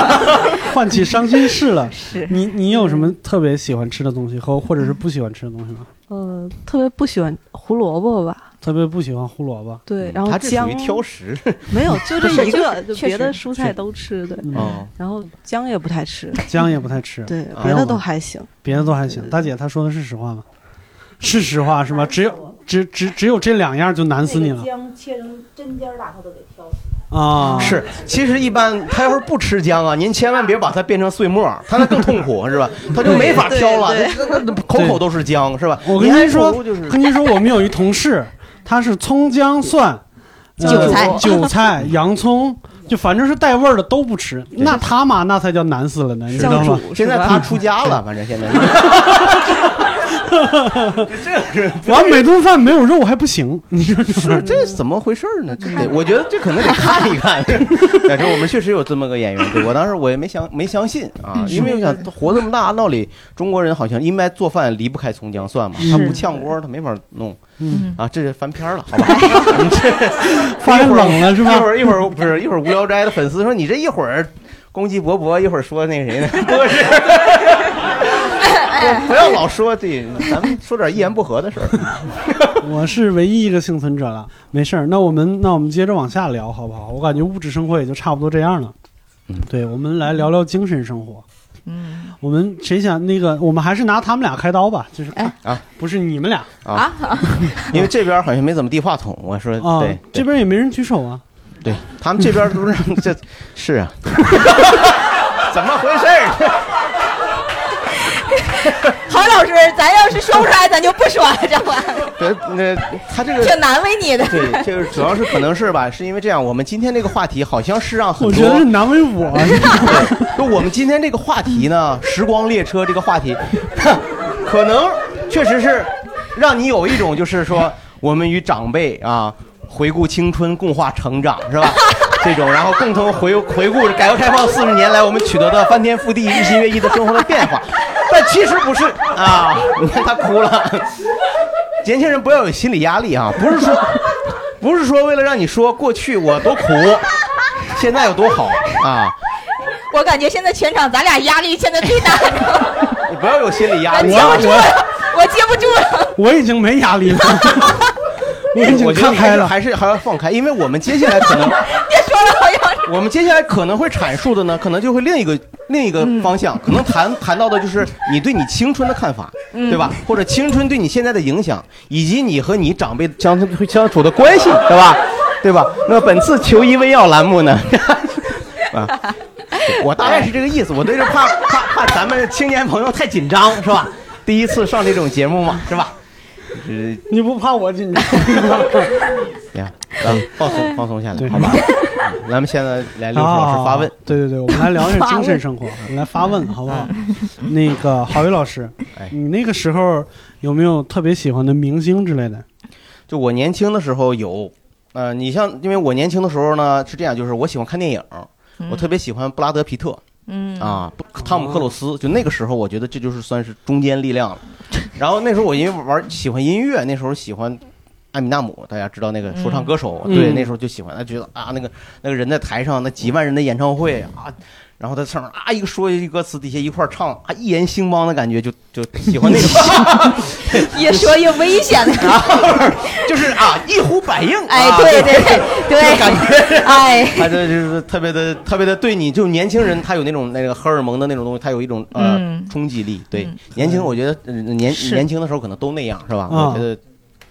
B: 唤起伤心事 了。
D: 是，
B: 你你有什
L: 嗯
B: 么特别喜欢吃的东西，或或者是不喜欢吃的东西吗？
L: 呃，特别不喜欢胡萝卜吧，
B: 特别不喜欢胡萝卜。嗯
C: 嗯
L: 对，然后姜
C: 食，
L: 没有，就这一个，就
B: 确实
L: 别的蔬菜都吃，对
B: 嗯哦。
L: 然后姜也不太吃，
B: 姜也不太吃，
L: 对
C: 哎
B: 啊
L: 别的都还嗯行
B: 别的都还行。大姐她说的是实话吗？是实话是吗？只有只只只有这两样就难死你了
F: 姜切成针尖儿大，它都得挑。
B: 啊！
C: 是，其实一般他要是不吃姜啊，您千万别把它变成碎末儿，他那更 痛苦是吧？他就没法挑了，
B: 对
C: 那那那口口都是姜是吧？
B: 我跟
C: 还
B: 您说
C: 不如就是，
B: 跟您说，我们有一同事，他是葱姜蒜、呃
C: 韭菜
B: 韭菜、洋葱，就反正是带味儿的都不吃。那他妈那才叫难死了呢，你知道吗？
C: 现在他出 家了，反正现在
B: 完每顿饭没有肉还不行，你说
C: 是这怎么回事呢？
B: 嗯
C: 这得，我觉得这可能得看一看。 反正我们确实有这么个演员，对我当时我也没相没相信啊，
B: 嗯
C: 因为我想活这么大，按道理中国人好像应该做饭离不开葱姜蒜嘛，他
B: 是
C: 不炝锅他没法弄。
B: 嗯哎
C: 啊，这是翻篇了，好吧？ 你这
B: 发现冷了是吧
C: 一会儿一会儿不是一会儿无聊斋的粉丝说你这一会儿攻击博博，一会儿说那个谁呢？不是，
B: 哎
C: 不要老说这，咱们说点一言不合的事儿。
B: 我是唯一一个幸存者了，没事儿。那我们那我们接着往下聊，好不好？我感觉物质生活也就差不多这样了。嗯，对，我们来聊聊精神生活。嗯，我们谁想那个？我们还是拿他们俩开刀吧，就是
C: 啊，
B: 不是你们俩
C: 啊， 因为这边好像没怎么递话筒，我说
B: 啊
C: 对，
B: 这边也没人举手啊。
C: 对他们这 边都是这是啊，怎么回事儿？
D: 郝老师，咱要是说不出来，咱就不说了，这话
C: 对，那他 这个
D: 挺难为你的。
C: 对，这个主要是可能是吧，是因为这样，我们今天这个话题好像是让很
B: 我
C: 多
B: 觉得是难为 我。
C: 就我们今天这个话题呢，时光列车这个话题， 可能确实是让你有一种就是说，我们与长辈啊回顾青春，共话成长， 是吧？这种，然后共同回回顾改革开放四十年来我们取得的翻天覆地、日新月异的生活的变化， 但其实不是啊！你看他哭了， 年轻人不要有心理压力啊，不是说不是说为了让你说过去我多苦，现在有多好啊。
D: 我感觉现在全场咱俩压力现在最大，
C: 你不要有心理压力。啊
D: 接不住了，我接不住了。
B: 我已经没压 力了，我已经
C: 我觉得
B: 看开了。
C: 还是还是还要放开，因为我们接下来可能
D: 别说了，
C: 啊
D: 好像
C: 我们接下来可能会阐述的呢，可能就会另一个另一个方向，可能谈谈到的就是你对你青春的看法，
M: 嗯
C: 对吧？或者青春对你现在的影响，以及你和你长辈相相处的 关系，对吧？对吧？那本次求医问药栏目呢？啊， 我大概是这个意思。我对这怕怕怕咱们青年朋友太紧张，是吧？第一次上这种节目嘛，是吧？是
B: 你不怕我紧张？
C: 呀，咱们放松放松下来，好吧？嗯咱们现在来刘
B: 啊，
C: 老师发问，
B: 对对对，我们 来聊一下
C: 发
B: 精
C: 问
B: 神生 活，我们哎来发问好不好？那个郝宇老师，
C: 哎
B: 你那个时候有没有特别喜欢的明星之类的？
C: 就我年轻的时候有，呃，你像，因为我年轻的时候呢是这样，就是我喜欢看电影，我特别喜欢布拉德皮特，
M: 嗯
C: 啊，不汤姆克鲁斯，就那个时候我觉得这就是算是中坚力量了。然后那时候我因为玩喜欢音乐，那时候喜欢。艾米纳姆，大家知道那个说唱歌手，
M: 嗯
C: 对，
M: 嗯
C: 那时候就喜欢，他觉得啊，那个那个人在台上，那几万人的演唱会啊，然后他上面啊一个说一句歌词，底下一块儿唱啊，一言兴邦的感觉，就就喜欢那种，
D: 越说越危险了。
C: 就是啊，一呼百应。
D: 哎
C: 啊
D: 对对对
C: 就感觉
D: 哎
C: 他这就是特别的特别的对你，就年轻人他有那种那个荷尔蒙的那种东西，他有一种呃
M: 嗯
C: 冲击力。对，年轻我觉得呃年
M: 是
C: 年轻的时候可能都那样是吧？
B: 啊
C: 我觉得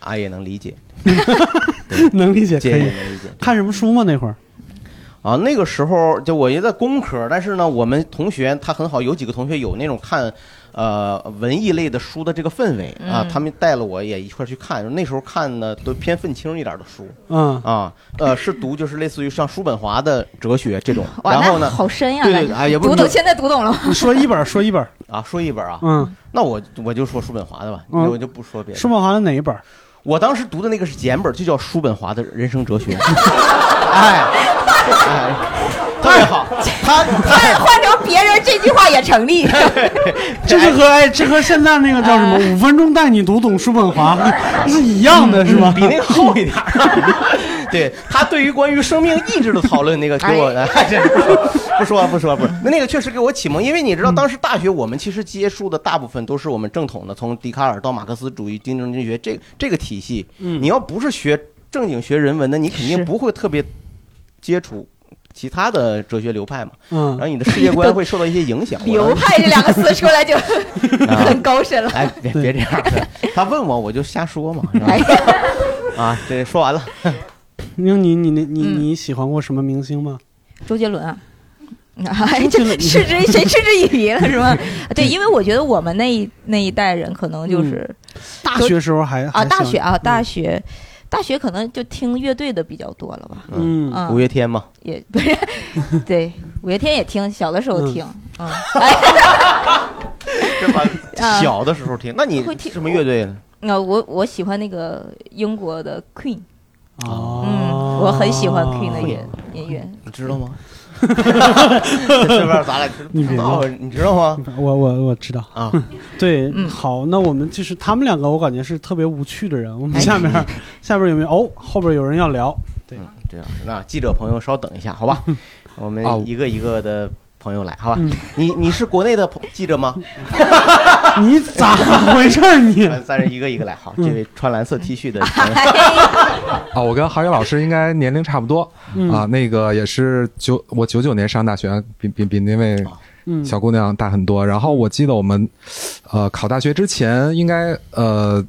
C: 啊也能理解，
B: 能理解，可
C: 建议
B: 以
C: 能理解。
B: 看什么书吗？那会儿
C: 啊，那个时候就我也在工科，但是呢，我们同学他很好，有几个同学有那种看呃文艺类的书的这个氛围啊
M: 嗯，
C: 他们带了我也一块儿去看。那时候看呢都偏愤青一点的书，
B: 嗯
C: 啊，呃是读就是类似于像叔本华的哲学这种，
D: 哇，
C: 然后
D: 那
C: 呢
D: 好深呀！
C: 对
D: 感
C: 对
D: 觉
C: 啊也不
D: 读懂，现在读懂了。
B: 你说一本，说一本，
C: 啊说一本啊，
B: 嗯，
C: 那我我就说叔本华的吧，
B: 嗯
C: 我就不说别的
B: 舒。曼华的哪一本？
C: 我当时读的 那个是简本，就叫叔本华的人生哲学。哎，哎特别好。他
D: 换换成别人这句话也成立。
B: 这是和哎，这和现在那个叫什么
C: 哎
B: “五分钟带你读懂叔本华” 是一样的，是吧？
C: 嗯比那个厚一点。 对他对于关于生命意志的讨论，那个给我的，
D: 哎
C: 这不说不说不说，那那个确实给我启蒙，因为你知
D: 嗯
C: 道，当时大学我们其实接触的大部分都是我们正统的，从笛卡尔到马克思主义、经济经济学这这个体系。
D: 嗯
C: 你要不是学正经学人文的，你肯定不会特别接触。其他的哲学流派嘛，
B: 嗯，
C: 然后你的世界观会受到一些影响。
D: 流派这两个词出 来就很高深了。
C: 哎，别别这 样，他问我我就瞎说嘛，是
D: 哎
C: 吧？啊，对，说完了。
B: 你你你你你你喜欢过什么明星吗？
D: 周杰伦啊。 哎，这嗤之谁嗤之以鼻了是吗？对，
B: 嗯
D: 因为我觉得我们那一那一代人可能就是
B: 嗯大学时候还嗯
D: 啊，大学，
B: 还
D: 啊，大学，大学可能就听乐队的比较多了吧。
B: 嗯
D: 嗯
C: 五月天嘛，
D: 也不是，对，五月天也听，小的时候听，嗯，
C: 是吧
D: 啊？
C: 小的时候听，那你
D: 会听
C: 什么乐队呢？
D: 那、呃我我喜欢那个英国的 Queen，
B: 哦，
D: 嗯，我很喜欢 Queen 的
M: 哦
D: 音音乐，
C: 你哦知道吗？ 这边咱俩知
B: 你别
C: 道，哦你知道吗？
B: 我我我知道
C: 啊，
B: 对，
D: 嗯
B: 好，那我们就是他们两个，我感觉是特别无趣的人。我们下面
C: 哎
B: 下边有没有？哦，后边有人要聊，对，
C: 嗯这样，那记者朋友稍等一下，好 吧？我们一个一个的朋友来，好吧？
B: 嗯
C: 你你是国内的朋记者吗？
B: 你咋回事儿你？嗯
C: 咱是一个一个来，好，这位穿蓝色 T 恤 的朋友，
M: 啊，我跟郝宇老师应该年龄差不多、
B: 嗯
M: 啊，那个也是九我九九年上大学，比比比那位
B: 嗯
M: 小姑娘大很多。然后我记得我们呃考大学之前，应该呃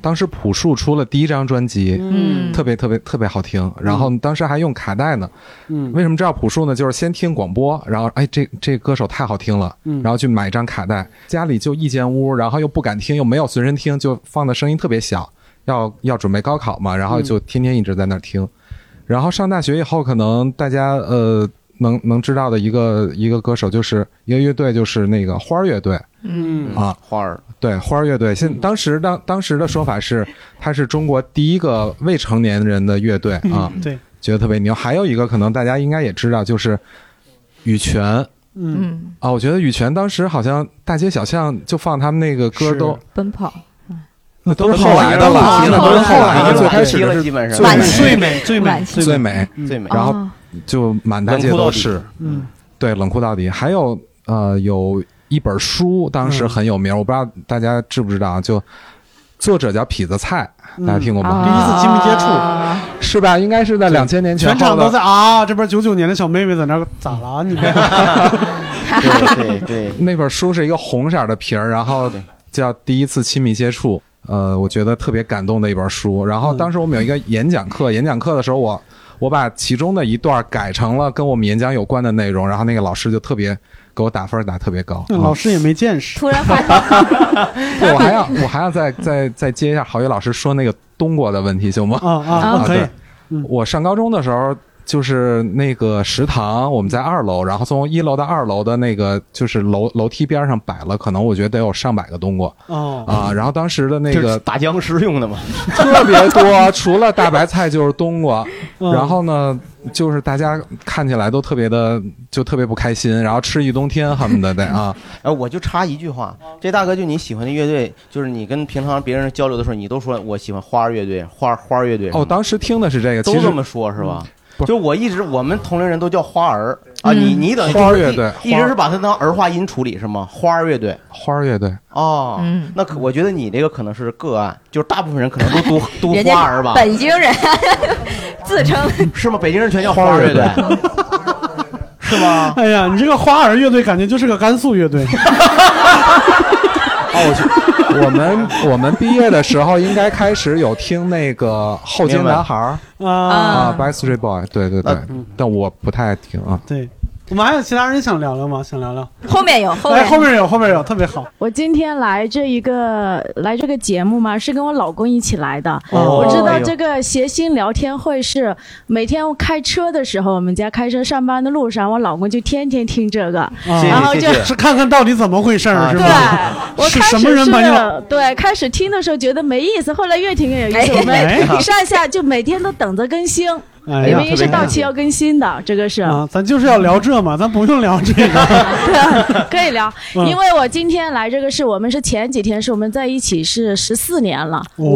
M: 当时朴树出了第一张专辑，
B: 嗯
M: 特别特别特别好听。然后当时还用卡带呢，
B: 嗯
M: 为什么知道朴树呢？就是先听广播，然后哎这这歌手太好听了
B: 嗯，
M: 然后去买一张卡带，家里就一间屋，然后又不敢听，又没有随身听，就放的声音特别小。要要准备高考
B: 嗯
M: 嘛，然后就天天一直在那儿听。然后上大学以后，可能大家呃能能知道的一个一个歌手，就是一个乐队，就是那个花儿乐队。
B: 嗯
M: 啊，
C: 花儿
M: 对花儿乐队，现当时当当时的说法是，它是中国第一个未成年人的乐队啊，
B: 嗯对，
M: 觉得特别牛。还有一个可能大家应该也知道，就是羽泉
B: 嗯，
M: 啊，我觉得羽泉当时好像大街小巷就放他们那个歌都，
D: 奔跑，
M: 那都是
C: 后
M: 后来的了，
C: 来的
M: 那都是后
C: 晚
M: 来
C: 期
M: 的，
C: 了
M: 最开始的是
C: 基本上
M: 最
C: 晚
M: 美
C: 期
B: 最美最美
D: 晚期嗯
M: 最美，嗯
C: 最美，
M: 然
D: 哦
M: 后就满大街都是，
B: 嗯，
M: 对，冷酷到底。还有呃，有一本书当
B: 嗯
M: 时很有名，我不知道大家知不知道，啊就作者叫痞子蔡，大家听过
B: 嗯啊第
M: 吗？
B: 一次亲密接触，
M: 是吧？应该是在两千年前
B: 全场
M: 后
B: 都
M: 的
B: 在啊，这边九九年的小妹妹在那儿咋了？你
C: 对对对，
M: 那本书是一个红色的皮儿，然后叫《第一次亲密接触》。呃，我觉得特别感动的一本书。然后当时我们有一个演讲课，演讲课的时候我我把其中的一段改成了跟我们演讲有关的内容，然后那个老师就特别给我打分打特别高。
B: 老师也没见识，
D: 突然发现
M: 对， 我还要我还要再再再接一下郝宇老师说那个冬瓜的问题，行吗？
B: 啊啊，可以
M: 对，我上高中的时候，就是那个食堂，我们在二楼，然后从一楼到二楼的那个就是楼楼梯边上摆了，可能我觉得得有上百个冬瓜
B: 哦，
M: 啊。然后当时的那
C: 这是
M: 个
C: 打僵尸用的嘛，
M: 特别多，除了大白菜就是冬瓜。
B: 嗯
M: 然后呢，就是大家看起来都特别的，就特别不开心，然后吃一冬天恨不得得啊。
C: 哎，我就插一句话，这大哥就你喜欢的乐队，就是你跟平常别人交流的时候，你都说我喜欢花儿乐队，花儿花儿乐队是吗
M: 哦，当时听的是这个，
C: 都
M: 其
C: 这
M: 实嗯
C: 么说，是吧？
M: 不是
C: 就我一直我们同龄人都叫花儿
D: 嗯
C: 啊，你你等于
M: 花儿乐队
C: 一一直是把它当儿化音处理是吗？花儿乐队
M: 花儿乐队。
C: 哦，
D: 嗯
C: 那可我觉得你这个可能是个案，就是大部分人可能都 读读
D: 人
C: 花儿吧
D: 家，北京人 自称
C: 是吗？北京人全叫花儿乐队， 是吗？哦
B: 哎呀，你这个花儿乐队感觉就是个甘肃乐 队，
M: 我 们我们毕业的时候应该开始有听那个后街男孩儿
B: 啊，
M: 啊，Backstreet Boy，对对
C: 啊
M: 对，但我不太爱听啊。
B: 对。我们还有其他人想聊聊吗？想聊聊？
D: 后面有后
B: 哎，
D: 面
B: 后面有，后面有，特别好。
N: 我今天来这一个来这个节目嘛，是跟我老公一起来的。
B: 哦
N: 我知道
B: 哎呦
N: 这个谐星聊天会是每天我开车的时候，我们家开车上班的路上，我老公就天天听这个，
B: 啊谢
N: 然后就。
B: 是看看到底怎么回事儿，是吧？
N: 我
B: 是
N: 开
B: 什
N: 始
B: 么人
N: 是
B: 把你老？
N: 对，开始听的时候觉得没意思，后来越听越有意思。
D: 哎
N: 我们
B: 哎
N: 上下就每天都等着更新，
B: 哎
N: 因
B: 呀
N: 为是到期要更新的，这个是。
B: 啊，咱就是要聊这嘛，咱不用聊这个。
N: 可以聊，
B: 嗯
N: 因为我今天来这个是我们是前几天是我们在一起是十四年了，
B: 哇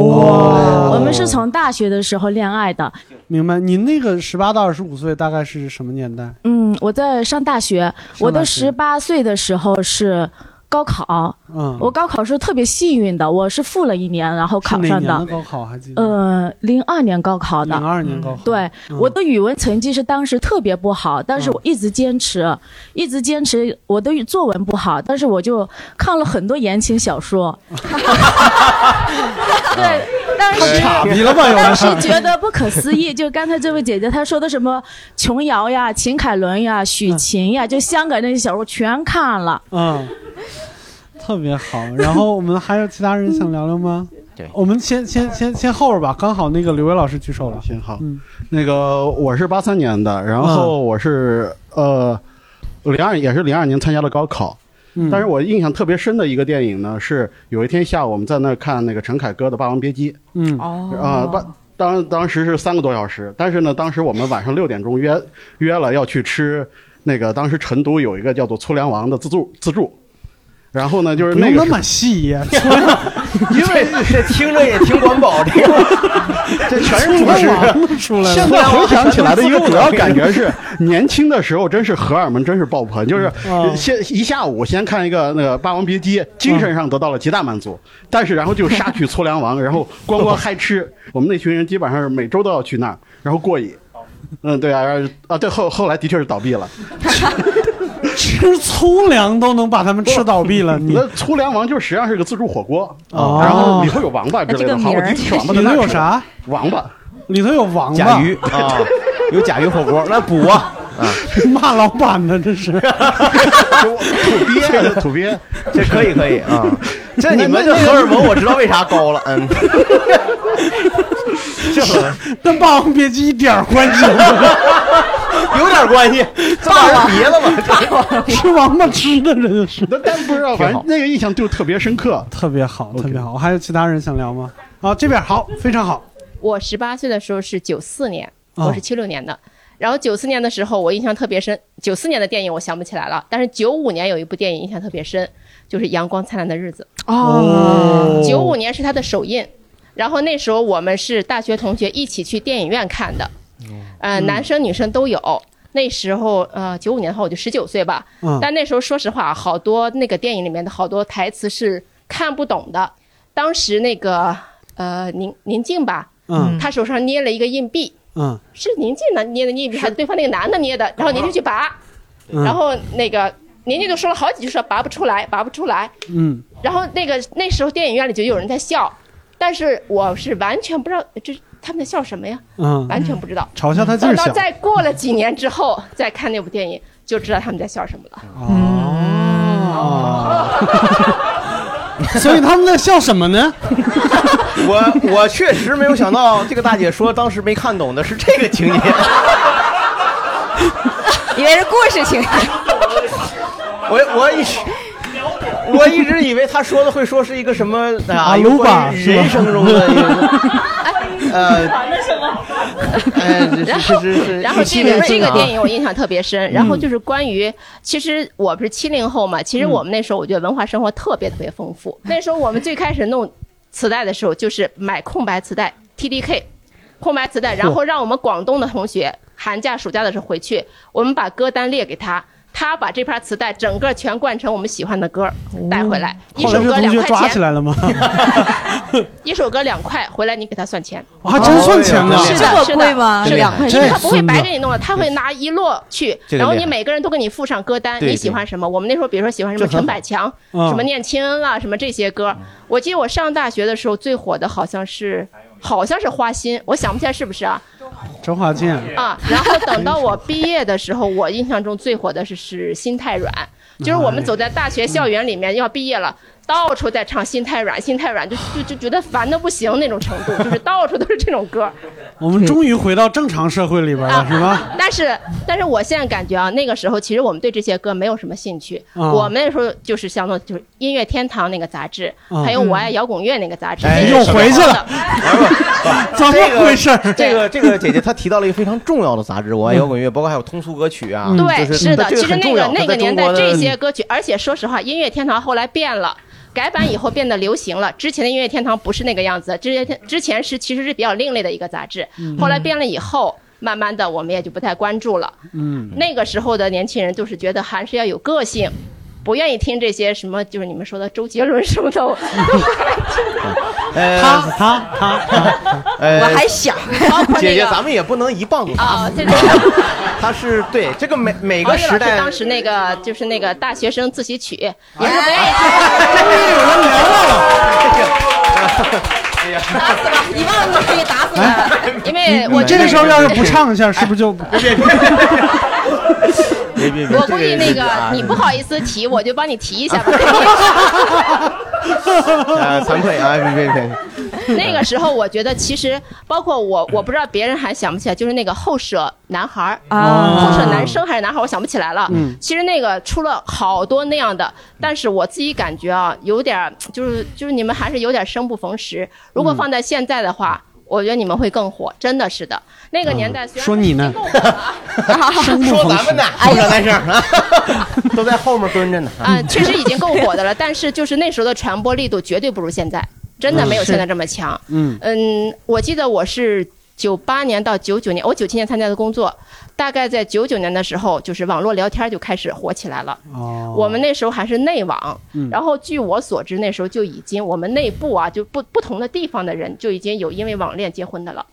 N: 我们是从大学的时候恋爱的，
B: 明白，您那个十八到二十五岁大概是什么年代？
N: 嗯，我在上大学，我的十八岁的时候是高考，
B: 嗯
N: 我高考是特别幸运的，我是复了一年然后考
B: 是哪
N: 上
B: 年
N: 的
B: 的，高考还记得？
N: 呃，零二年高考的，
B: 02年高考嗯
N: 对，我的语文成绩是当时特别不好，但是我一直坚持，一直坚持。我的语作文不好，但是我就看了很多言情小说。
B: 哎
N: 对，当时
B: 傻逼了吧有人
N: 当时觉得不可思议。就刚才这位姐姐她说的什么琼瑶呀、秦凯伦呀、许晴呀，就香港那些小说全看了。
B: 嗯，特别好。然后我们还有其他人想聊聊吗？
C: 对，
B: 我们先先先先后边吧，刚好那个刘烨老师举手了。
O: 先好，
B: 嗯，
O: 那个我是八三年的，然后我是、呃零二也是零二年参加了高考，
B: 嗯
O: 但是我印象特别深的一个电影呢，是有一天下午我们在那儿看那个陈凯歌的《霸王别姬》，
G: 음.
B: 嗯
O: 啊、
G: 아.
O: 八当当时是三个多小时，但是呢，当时我们晚上六点钟约约了要去吃那个当时成都有一个叫做粗粮王的自助自助，然后呢就是
B: 不
O: 那
B: 用
O: 个
B: 那么细呀，
C: 因为这听着也挺管饱，这个这全是主食。
B: 出来了
O: 现在回
C: 啊
O: 想起来的一个主要感 觉 是，年轻的时候真是荷尔蒙真是爆棚，就是
B: 嗯
O: 先一下午先看一个那个《霸王别姬》，精神上得到了极大满
B: 啊
O: 足， 但是然后就 杀去粗粮王，然后光光嗨吃。我们那群人基本上是每周都要去那儿，然后过瘾。 嗯，对啊，然后啊，对后后来的确是倒闭了。
B: 吃粗粮都能把他们吃倒闭了，你
O: 那粗粮王就实际上是个自助火锅，啊
B: 哦
O: 然后里头有王八之类的，好，我第一次吃王八在
B: 里
O: 那
B: 头
O: 儿
B: 有
O: 吃
B: 啥？
O: 王八，
B: 里头有王八、
O: 甲鱼
C: 啊， 有甲鱼火锅，那补啊！
B: 骂老板呢，这是
O: 土鳖，土鳖，
C: 这可以可以啊！这你们这
B: 那那
C: 荷尔蒙我知道为啥高了，嗯，
B: 跟《霸王别姬》一点儿关系都没有，
C: 有点 关系，这玩意儿别了
B: 吧， 吃王八吃的这就是。
O: 那但不知道，反正那个印象就特别深刻，
B: 特别好，特别好。还有其他人想聊吗？啊，这边好，非常好。
P: 我十八岁的时候是九四年，
B: 哦
P: 我是七六年的。然后九四年的时候，我印象特别深。九四年的电影我想不起来了，但是九五年有一部电影印象特别深，就是《阳光灿烂的日子》。
B: 哦
P: 九五年是它的首映，然后那时候我们是大学同学一起去电影院看的，
B: 哦嗯
P: 呃，男生女生都有。那时候，呃，九五年的话，我就十九岁吧。
Q: 嗯
P: 但那时候，说实话，好多那个电影里面的好多台词是看不懂的。当时那个，呃，宁宁静吧，
B: 嗯
P: 他手上捏了一个硬币，
B: 嗯
P: 是宁静的捏的硬币，还是对方那个男的捏的？然后宁静去拔，
B: 嗯
P: 然后那个宁静就说了好几句，说拔不出来，拔不出来。
B: 嗯，
P: 然后那个那时候电影院里就有人在笑，但是我是完全不知道这他们在笑什么呀，
B: 嗯
P: 完全不知道。
B: 嘲笑他劲
P: 等
B: 儿
P: 到
B: 小
P: 再过了几年之后再看那部电影，就知道他们在笑什么了。
B: 所以他们在笑什么呢？
C: 我我确实没有想到，这个大姐说当时没看懂的是这个 情节。
D: 以为是故事情节。
C: 我我一直我一直以为她说的会说是一个什么啊，
B: 阿
C: 有
B: 鲁巴
C: 关于人生中的一 个呃
P: 那什么？然
C: 是
P: 后
C: 是是，
P: 然后
C: 17
P: 这个
C: 年
P: 这
C: 生
P: 个
C: 啊嗯
P: 电影我印象特别深，然后就是关于，其实我不是七零后嘛，其实我们那时候我觉得文化生活特别特别丰富。那时候我们最开始弄磁带的时候，就是买空白磁带 TDK，空白磁带，然后让我们广东的同学寒假暑假的时候回去，我们把歌单列给他。他把这盘磁带整个全灌成我们喜欢的歌儿
C: 哦
P: 带回来， 一
B: 后
P: 首
B: 来这同
P: 歌两
B: 学
P: 块
B: 抓起
P: 钱，
B: 来 了吗？
P: 一首歌两块，回来你给他算钱。
B: 我还啊真算钱呢，哎
P: 是的，是的是两块钱，
B: 这
P: 他不会
B: 孙子
P: 白给你弄了，他会拿一摞去，
B: 这个
P: 然后你
B: 厉害
P: 每个人都给你附上歌单，
B: 对
P: 你喜欢什么？我们那时候比如说喜欢什
B: 这
P: 么
B: 很好
P: 陈百强，
B: 嗯
P: 什么念青恩啊，什么这些歌。我记得我上大学的时候最火的好像是，好像是花心，我想不起来是不是啊
B: 周华健
P: 啊。然后等到我毕业的时候，我印象中最火的是是心太软，就是我
B: 哎
P: 们走在大学校园里面要毕业了。到处在唱《心太软》，心太软就就就觉得烦的不行那种程度，就是到处都是这种歌。
B: 我们终于回到正常社会里边了，啊是吧？
P: 啊但是，但是我现在感觉啊，那个时候其实我们对这些歌没有什么兴趣。
B: 啊
P: 我们那时候就是相当就是音乐天堂那个杂志，
B: 啊
P: 还有我爱摇滚乐那个杂志。
B: 哎
P: 那个
B: 又
P: 时候
B: 回去
P: 的
B: 了 怎么回事儿嗯
C: 这个这个姐姐她提到了一个非常重要的杂志，我爱摇滚乐，包括还有通俗歌曲啊，
P: 对，
C: 就是
P: 的，
C: 这
P: 其实
C: 很
P: 那
C: 重要
P: 个那个年代
C: 它在中国的
P: 这些歌曲，而且说实话，音乐天堂后来变了。改版以后变得流行了，之前的音乐天堂不是那个样子，之前之前是其实是比较另类的一个杂志
Q: 嗯，
P: 后来变了以后，慢慢的我们也就不太关注了。
Q: 嗯
P: 那个时候的年轻人就是觉得还是要有个性，不愿意听这些什么就是你们说的周杰伦什么的。
C: 呃，
B: 他他他，
C: 呃，
D: 想
P: 包括那个
C: 姐姐，咱们也不能一棒子
P: 啊
C: 打
P: 这
C: 死
P: 个。
C: 他是对这个每每
P: 王
C: 个
P: 宇
C: 时
P: 老师
C: 代
P: 当时那个就是那个大学生自习曲，也是不愿意听。真的有人聊到了。打死吧，一棒子可以打死了。因为
B: 你
P: 我
B: 嗯这个时候要是不唱一下，是不是就？
C: 别别
P: 哎 我估计那个你不好意思提，我就帮你提一下吧。
C: 啊，惭愧啊，别别别，
P: 那个时候，我觉得其实包括我，我不知道别人还想不起来，就是那个后舍男孩儿
Q: 啊
P: 后舍男生还是男孩儿，我想不起来了。
Q: 嗯
P: 其实那个出了好多那样的，但是我自己感觉啊，有点儿就是就是你们还是有点生不逢时。
Q: 嗯
P: 如果放在现在的话。我觉得你们会更火，真的是的。那个年代虽然
B: 说你呢？
P: 啊
C: 说咱们呢，后生男生 都在后面蹲着呢
P: 哎啊，确实已经够火的了，但是就是那时候的传播力度绝对不如现在，真的没有
C: 嗯是
P: 现在这么强。
C: 嗯
P: 嗯，我记得我是九八年到九九年，我九七年参加的工作，大概在九九年的时候，就是网络聊天就开始火起来了。
B: 哦
P: 我们那时候还是内网，
B: 嗯
P: 然后据我所知，那时候就已经我们内部啊，就不不同的地方的人就已经有因为网恋结婚的了。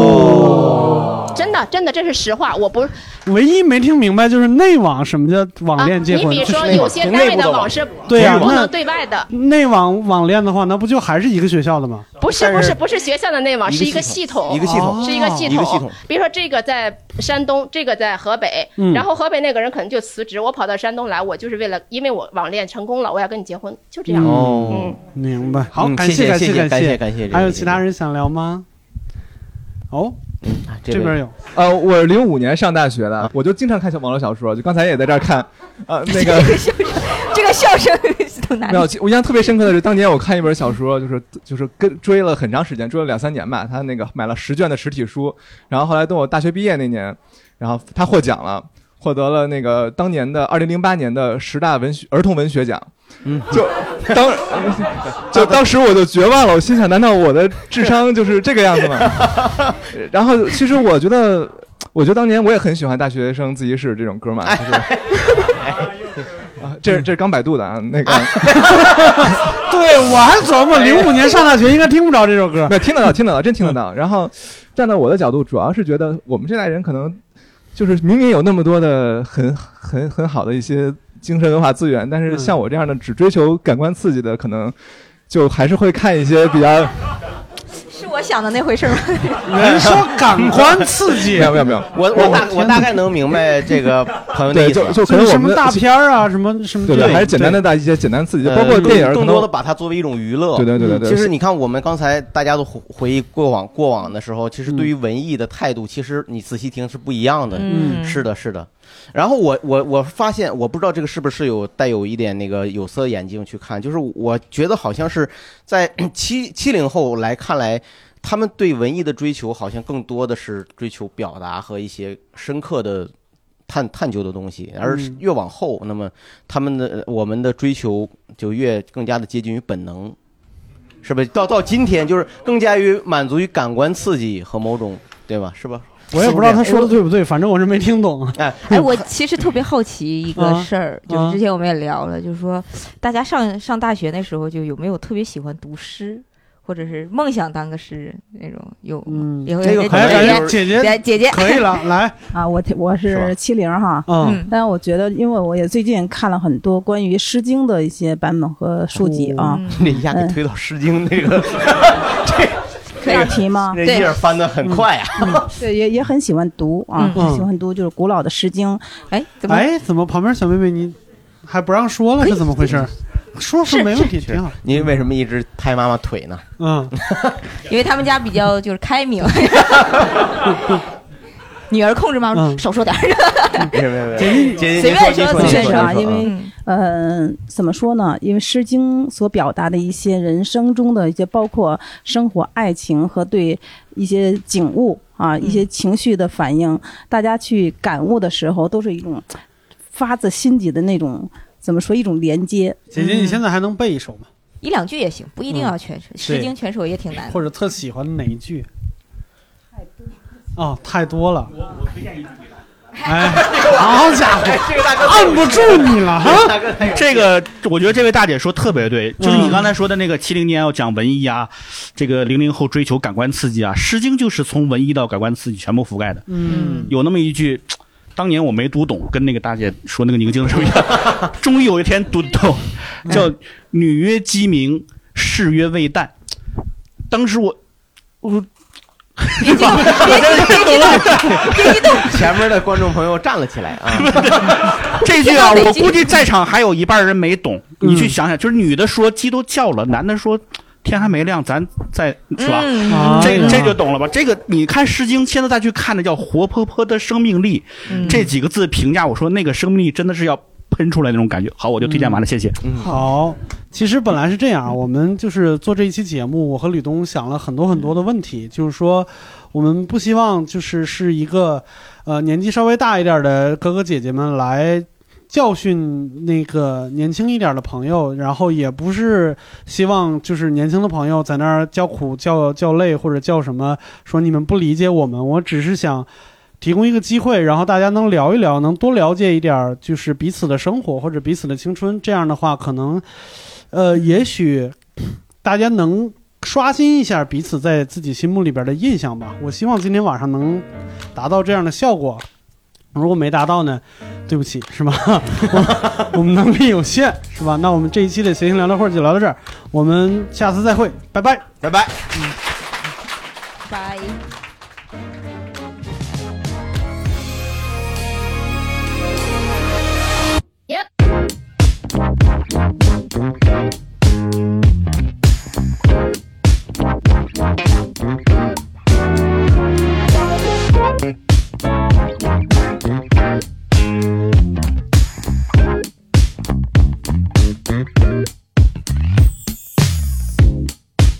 P: 哦，真的真的，这是实话，我不是
B: 唯一没听明白就是内网什么叫网恋结
P: 啊你
B: 婚？
P: 比如说有些单位的网是
B: 对呀、
P: 不
B: 那
P: 能对外的，
B: 内网网恋的话，那不就还是一个学校的吗？
P: 不是不是不是学校的内网，
B: 一个
P: 是一个
B: 系
P: 系
B: 统
P: 统，
B: 一个系统
P: 是一个
B: 哦
P: 系
B: 一个系统
P: 比如说这个在山东，这个在河北
B: 嗯，
P: 然后河北那个人可能就辞职，我跑到山东来，我就是为了因为我网恋成功了，我要跟你结婚，就这样。
B: 哦
P: 嗯，
B: 明白。好，
C: 嗯
B: 感
C: 谢谢
B: 感
C: 谢谢
B: 感
C: 感谢感谢
B: 还有
C: 这个
B: 其他人想聊吗？哦，
C: 啊这位
B: 边有。
R: 呃，我零五年上大学的，我就经常看小网络小说，就刚才也在这儿看，
M: 啊
R: 呃，那个
D: 这个笑声从哪
R: 没
D: 里
R: 有，？我印象特别深刻的是，当年我看一本小说，就是就是跟追了很长时间，追了两三年吧。他那个买了十卷的实体书，然后后来等我大学毕业那年，然后他获奖了，获得了那个当年的二零零八年的十大文学儿童文学奖。嗯，就当就当时我就绝望了，我心想，难道我的智商就是这个样子吗？ 然后其实我觉得，我觉得当年我也很喜欢《大学生自习室》这种歌嘛，就是啊， 这是这是刚百度的啊，那个。
B: 对，我还琢磨零五年上大学应该听不着这首歌。嗯
R: 没有听得到，听得到，真听得到。然后站在我的角度，主要是觉得我们这代人可能就是明明有那么多的很很很好的一些精神文化资源，但
B: 嗯
R: 是像我这样的只追求感官刺激的，可能就还是会看一些比 较。
D: 是我想的那回事吗？
R: 没有没有没有，
C: 我我大我大概能明白这个朋友的
R: 对
C: 意思
R: 就
C: 了，
R: 就可能我
B: 什
R: 们
B: 么
R: 的
B: 大片儿啊，什么什么
R: 对
B: 之类
R: 对，
B: 的
R: 还是简单的大一些简单刺激，包括
C: 呃
R: 电影可能
C: 更多的把它作为一种娱乐。嗯
R: 对对对对对
C: 其实你看，我们刚才大家都回回忆过往过往的时候，其实对于文艺的态度，其实你仔细听是不一样的。
Q: 嗯
C: 是的，是的。然后我我我发现，我不知道这个是不是有带有一点那个有色眼镜去看，就是我觉得好像是在 七七零后来看来。他们对文艺的追求，好像更多的是追求表达和一些深刻的探探究的东西，而
Q: 嗯
C: 越往后，那么他们的我们的追求就越更加的接近于本能，是吧？到到今天，就是更加于满足于感官刺激和某种，对吧？是吧？
B: 我也不知道他说的
C: 是
B: 对不对，反正我是没听懂。
C: 哎
D: 哎，我其实特别好奇一个事儿，
B: 啊
D: 就是之前我们也聊了，就是说大家上上大学那时候，就有没有特别喜欢读诗，或者是梦想当个诗人那种？有，
B: 嗯
D: 以后
B: 这个可以感觉姐姐
D: 姐姐姐
B: 可以 了， 来
F: 啊，我挺我是七零哈，
B: 嗯嗯
F: 但我觉得，因为我也最近看了很多关于《诗经》的一些版本和书籍
B: 哦
F: 啊，
C: 这一下给推到《诗经》那个，
F: 可
C: 这
F: 以
C: 个
F: 提 吗？
C: 这页儿翻得很快啊呀。
F: 嗯对，也也很喜欢读啊，
B: 嗯
F: 很喜欢读就是古老的《诗经》。哎，怎么？
B: 哎，怎么旁边小妹妹你还不让说 了？是怎么回事？说说没问题，挺好。
C: 您为什么一直拍妈妈腿呢？
B: 嗯，
D: 因为他们家比较就是开明。女儿控制妈妈，
H: 嗯
D: 少 说点儿。
C: 没有没有没有，
D: 姐姐
C: 姐姐
D: 随
C: 您
D: 便
C: 您
D: 说
C: 您
D: 随
C: 您
D: 便说
C: 您
D: 啊
C: 说
D: 因
C: 嗯
D: 为
F: 嗯，怎么说呢？因为《诗经》所表达的一些人生中的一些，包括生活、爱情和对一些景物啊、一些情绪的反应，大家去感悟的时候，都是一种发自心底的那种，怎么说？一种连接。嗯
B: 姐
P: 嗯
B: 姐，你现在还能背一首吗？
D: 一两句也行，不一定要全首，
B: 嗯
D: 《诗经》全首也挺难的。
B: 或者特喜欢哪一句？哦，太多了。 哎，
D: 好
B: 家伙
C: 哎这个大哥
B: 按不住你了哈
C: 大哥太有
Q: 这个我觉得这位大姐说特别对，就是你
B: 嗯
Q: 刚才说的那个七零年要讲文艺啊，这个零零后追求感官刺激啊，《诗经》就是从文艺到感官刺激全部覆盖的。
B: 嗯，
Q: 有那么一句，当年我没读懂，跟那个大姐说那个宁静的时候一样， 终于有一天读懂，
B: 嗯
Q: 叫“女曰鸡鸣，士曰未旦”。当时我，我。 别激动，
C: 别激动！ 前面的观众朋友站了起来啊！
Q: 这句啊，我估计在场还有一半人没懂。
C: 嗯
Q: 你去想想，就是女的说鸡都叫了，男的说天还没亮，咱再是吧
H: 嗯啊？
Q: 这
H: 嗯
Q: 这就懂了吧？这个你看《诗经》，现在再去看的叫“活泼泼的生命力”这几个字评价，我说那个生命力真的是要喷出来那种感觉。好，我就推
C: 嗯
Q: 荐完了，谢谢。
B: 好，其实本来是这样，啊我们就是做这一期节目，我和吕东想了很多很多的问题，就是说，我们不希望就是是一个，呃，年纪稍微大一点的哥哥姐姐们来。教训那个年轻一点的朋友，然后也不是希望就是年轻的朋友在那儿叫苦叫叫累或者叫什么，说你们不理解我们，我只是想提供一个机会，然后大家能聊一聊，能多了解一点儿，就是彼此的生活或者彼此的青春。这样的话，可能，呃，也许大家能刷新一下彼此在自己心目里边的印象吧。我希望今天晚上能达到这样的效果。如果没达到呢，对不起，是吧？ 我我们能力有限，是吧？那我们这一期的闲情聊聊会儿就聊到这儿，我们下次再会，拜拜，
C: 拜拜。
D: 拜。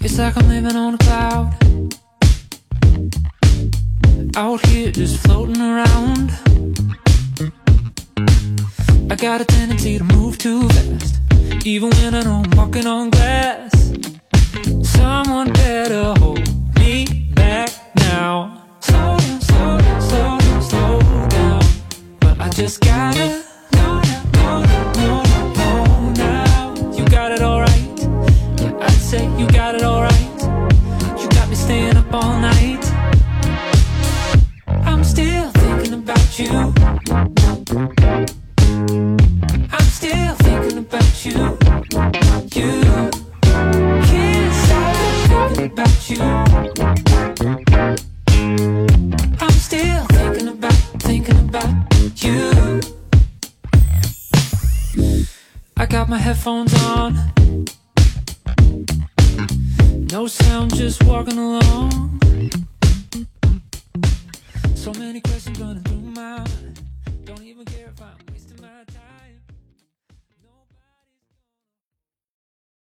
G: It's like I'm living on a cloud. Out here just floating around. I got a tendency to move too fast. Even when I know I'm walking on glass. Someone better hold me back now. Slow down, slow down, slow down, slow down. But I just gotta. know now, know now, know now. You got it alright. Yeah, I'd say you got it alright. You got me staying up all night. I'm still thinking about you. I'm still thinking about you. You. Can't stop thinking about you. I'm still thinking about, thinking about you. I got my headphones on. No sound, just walking along. So many questions running through.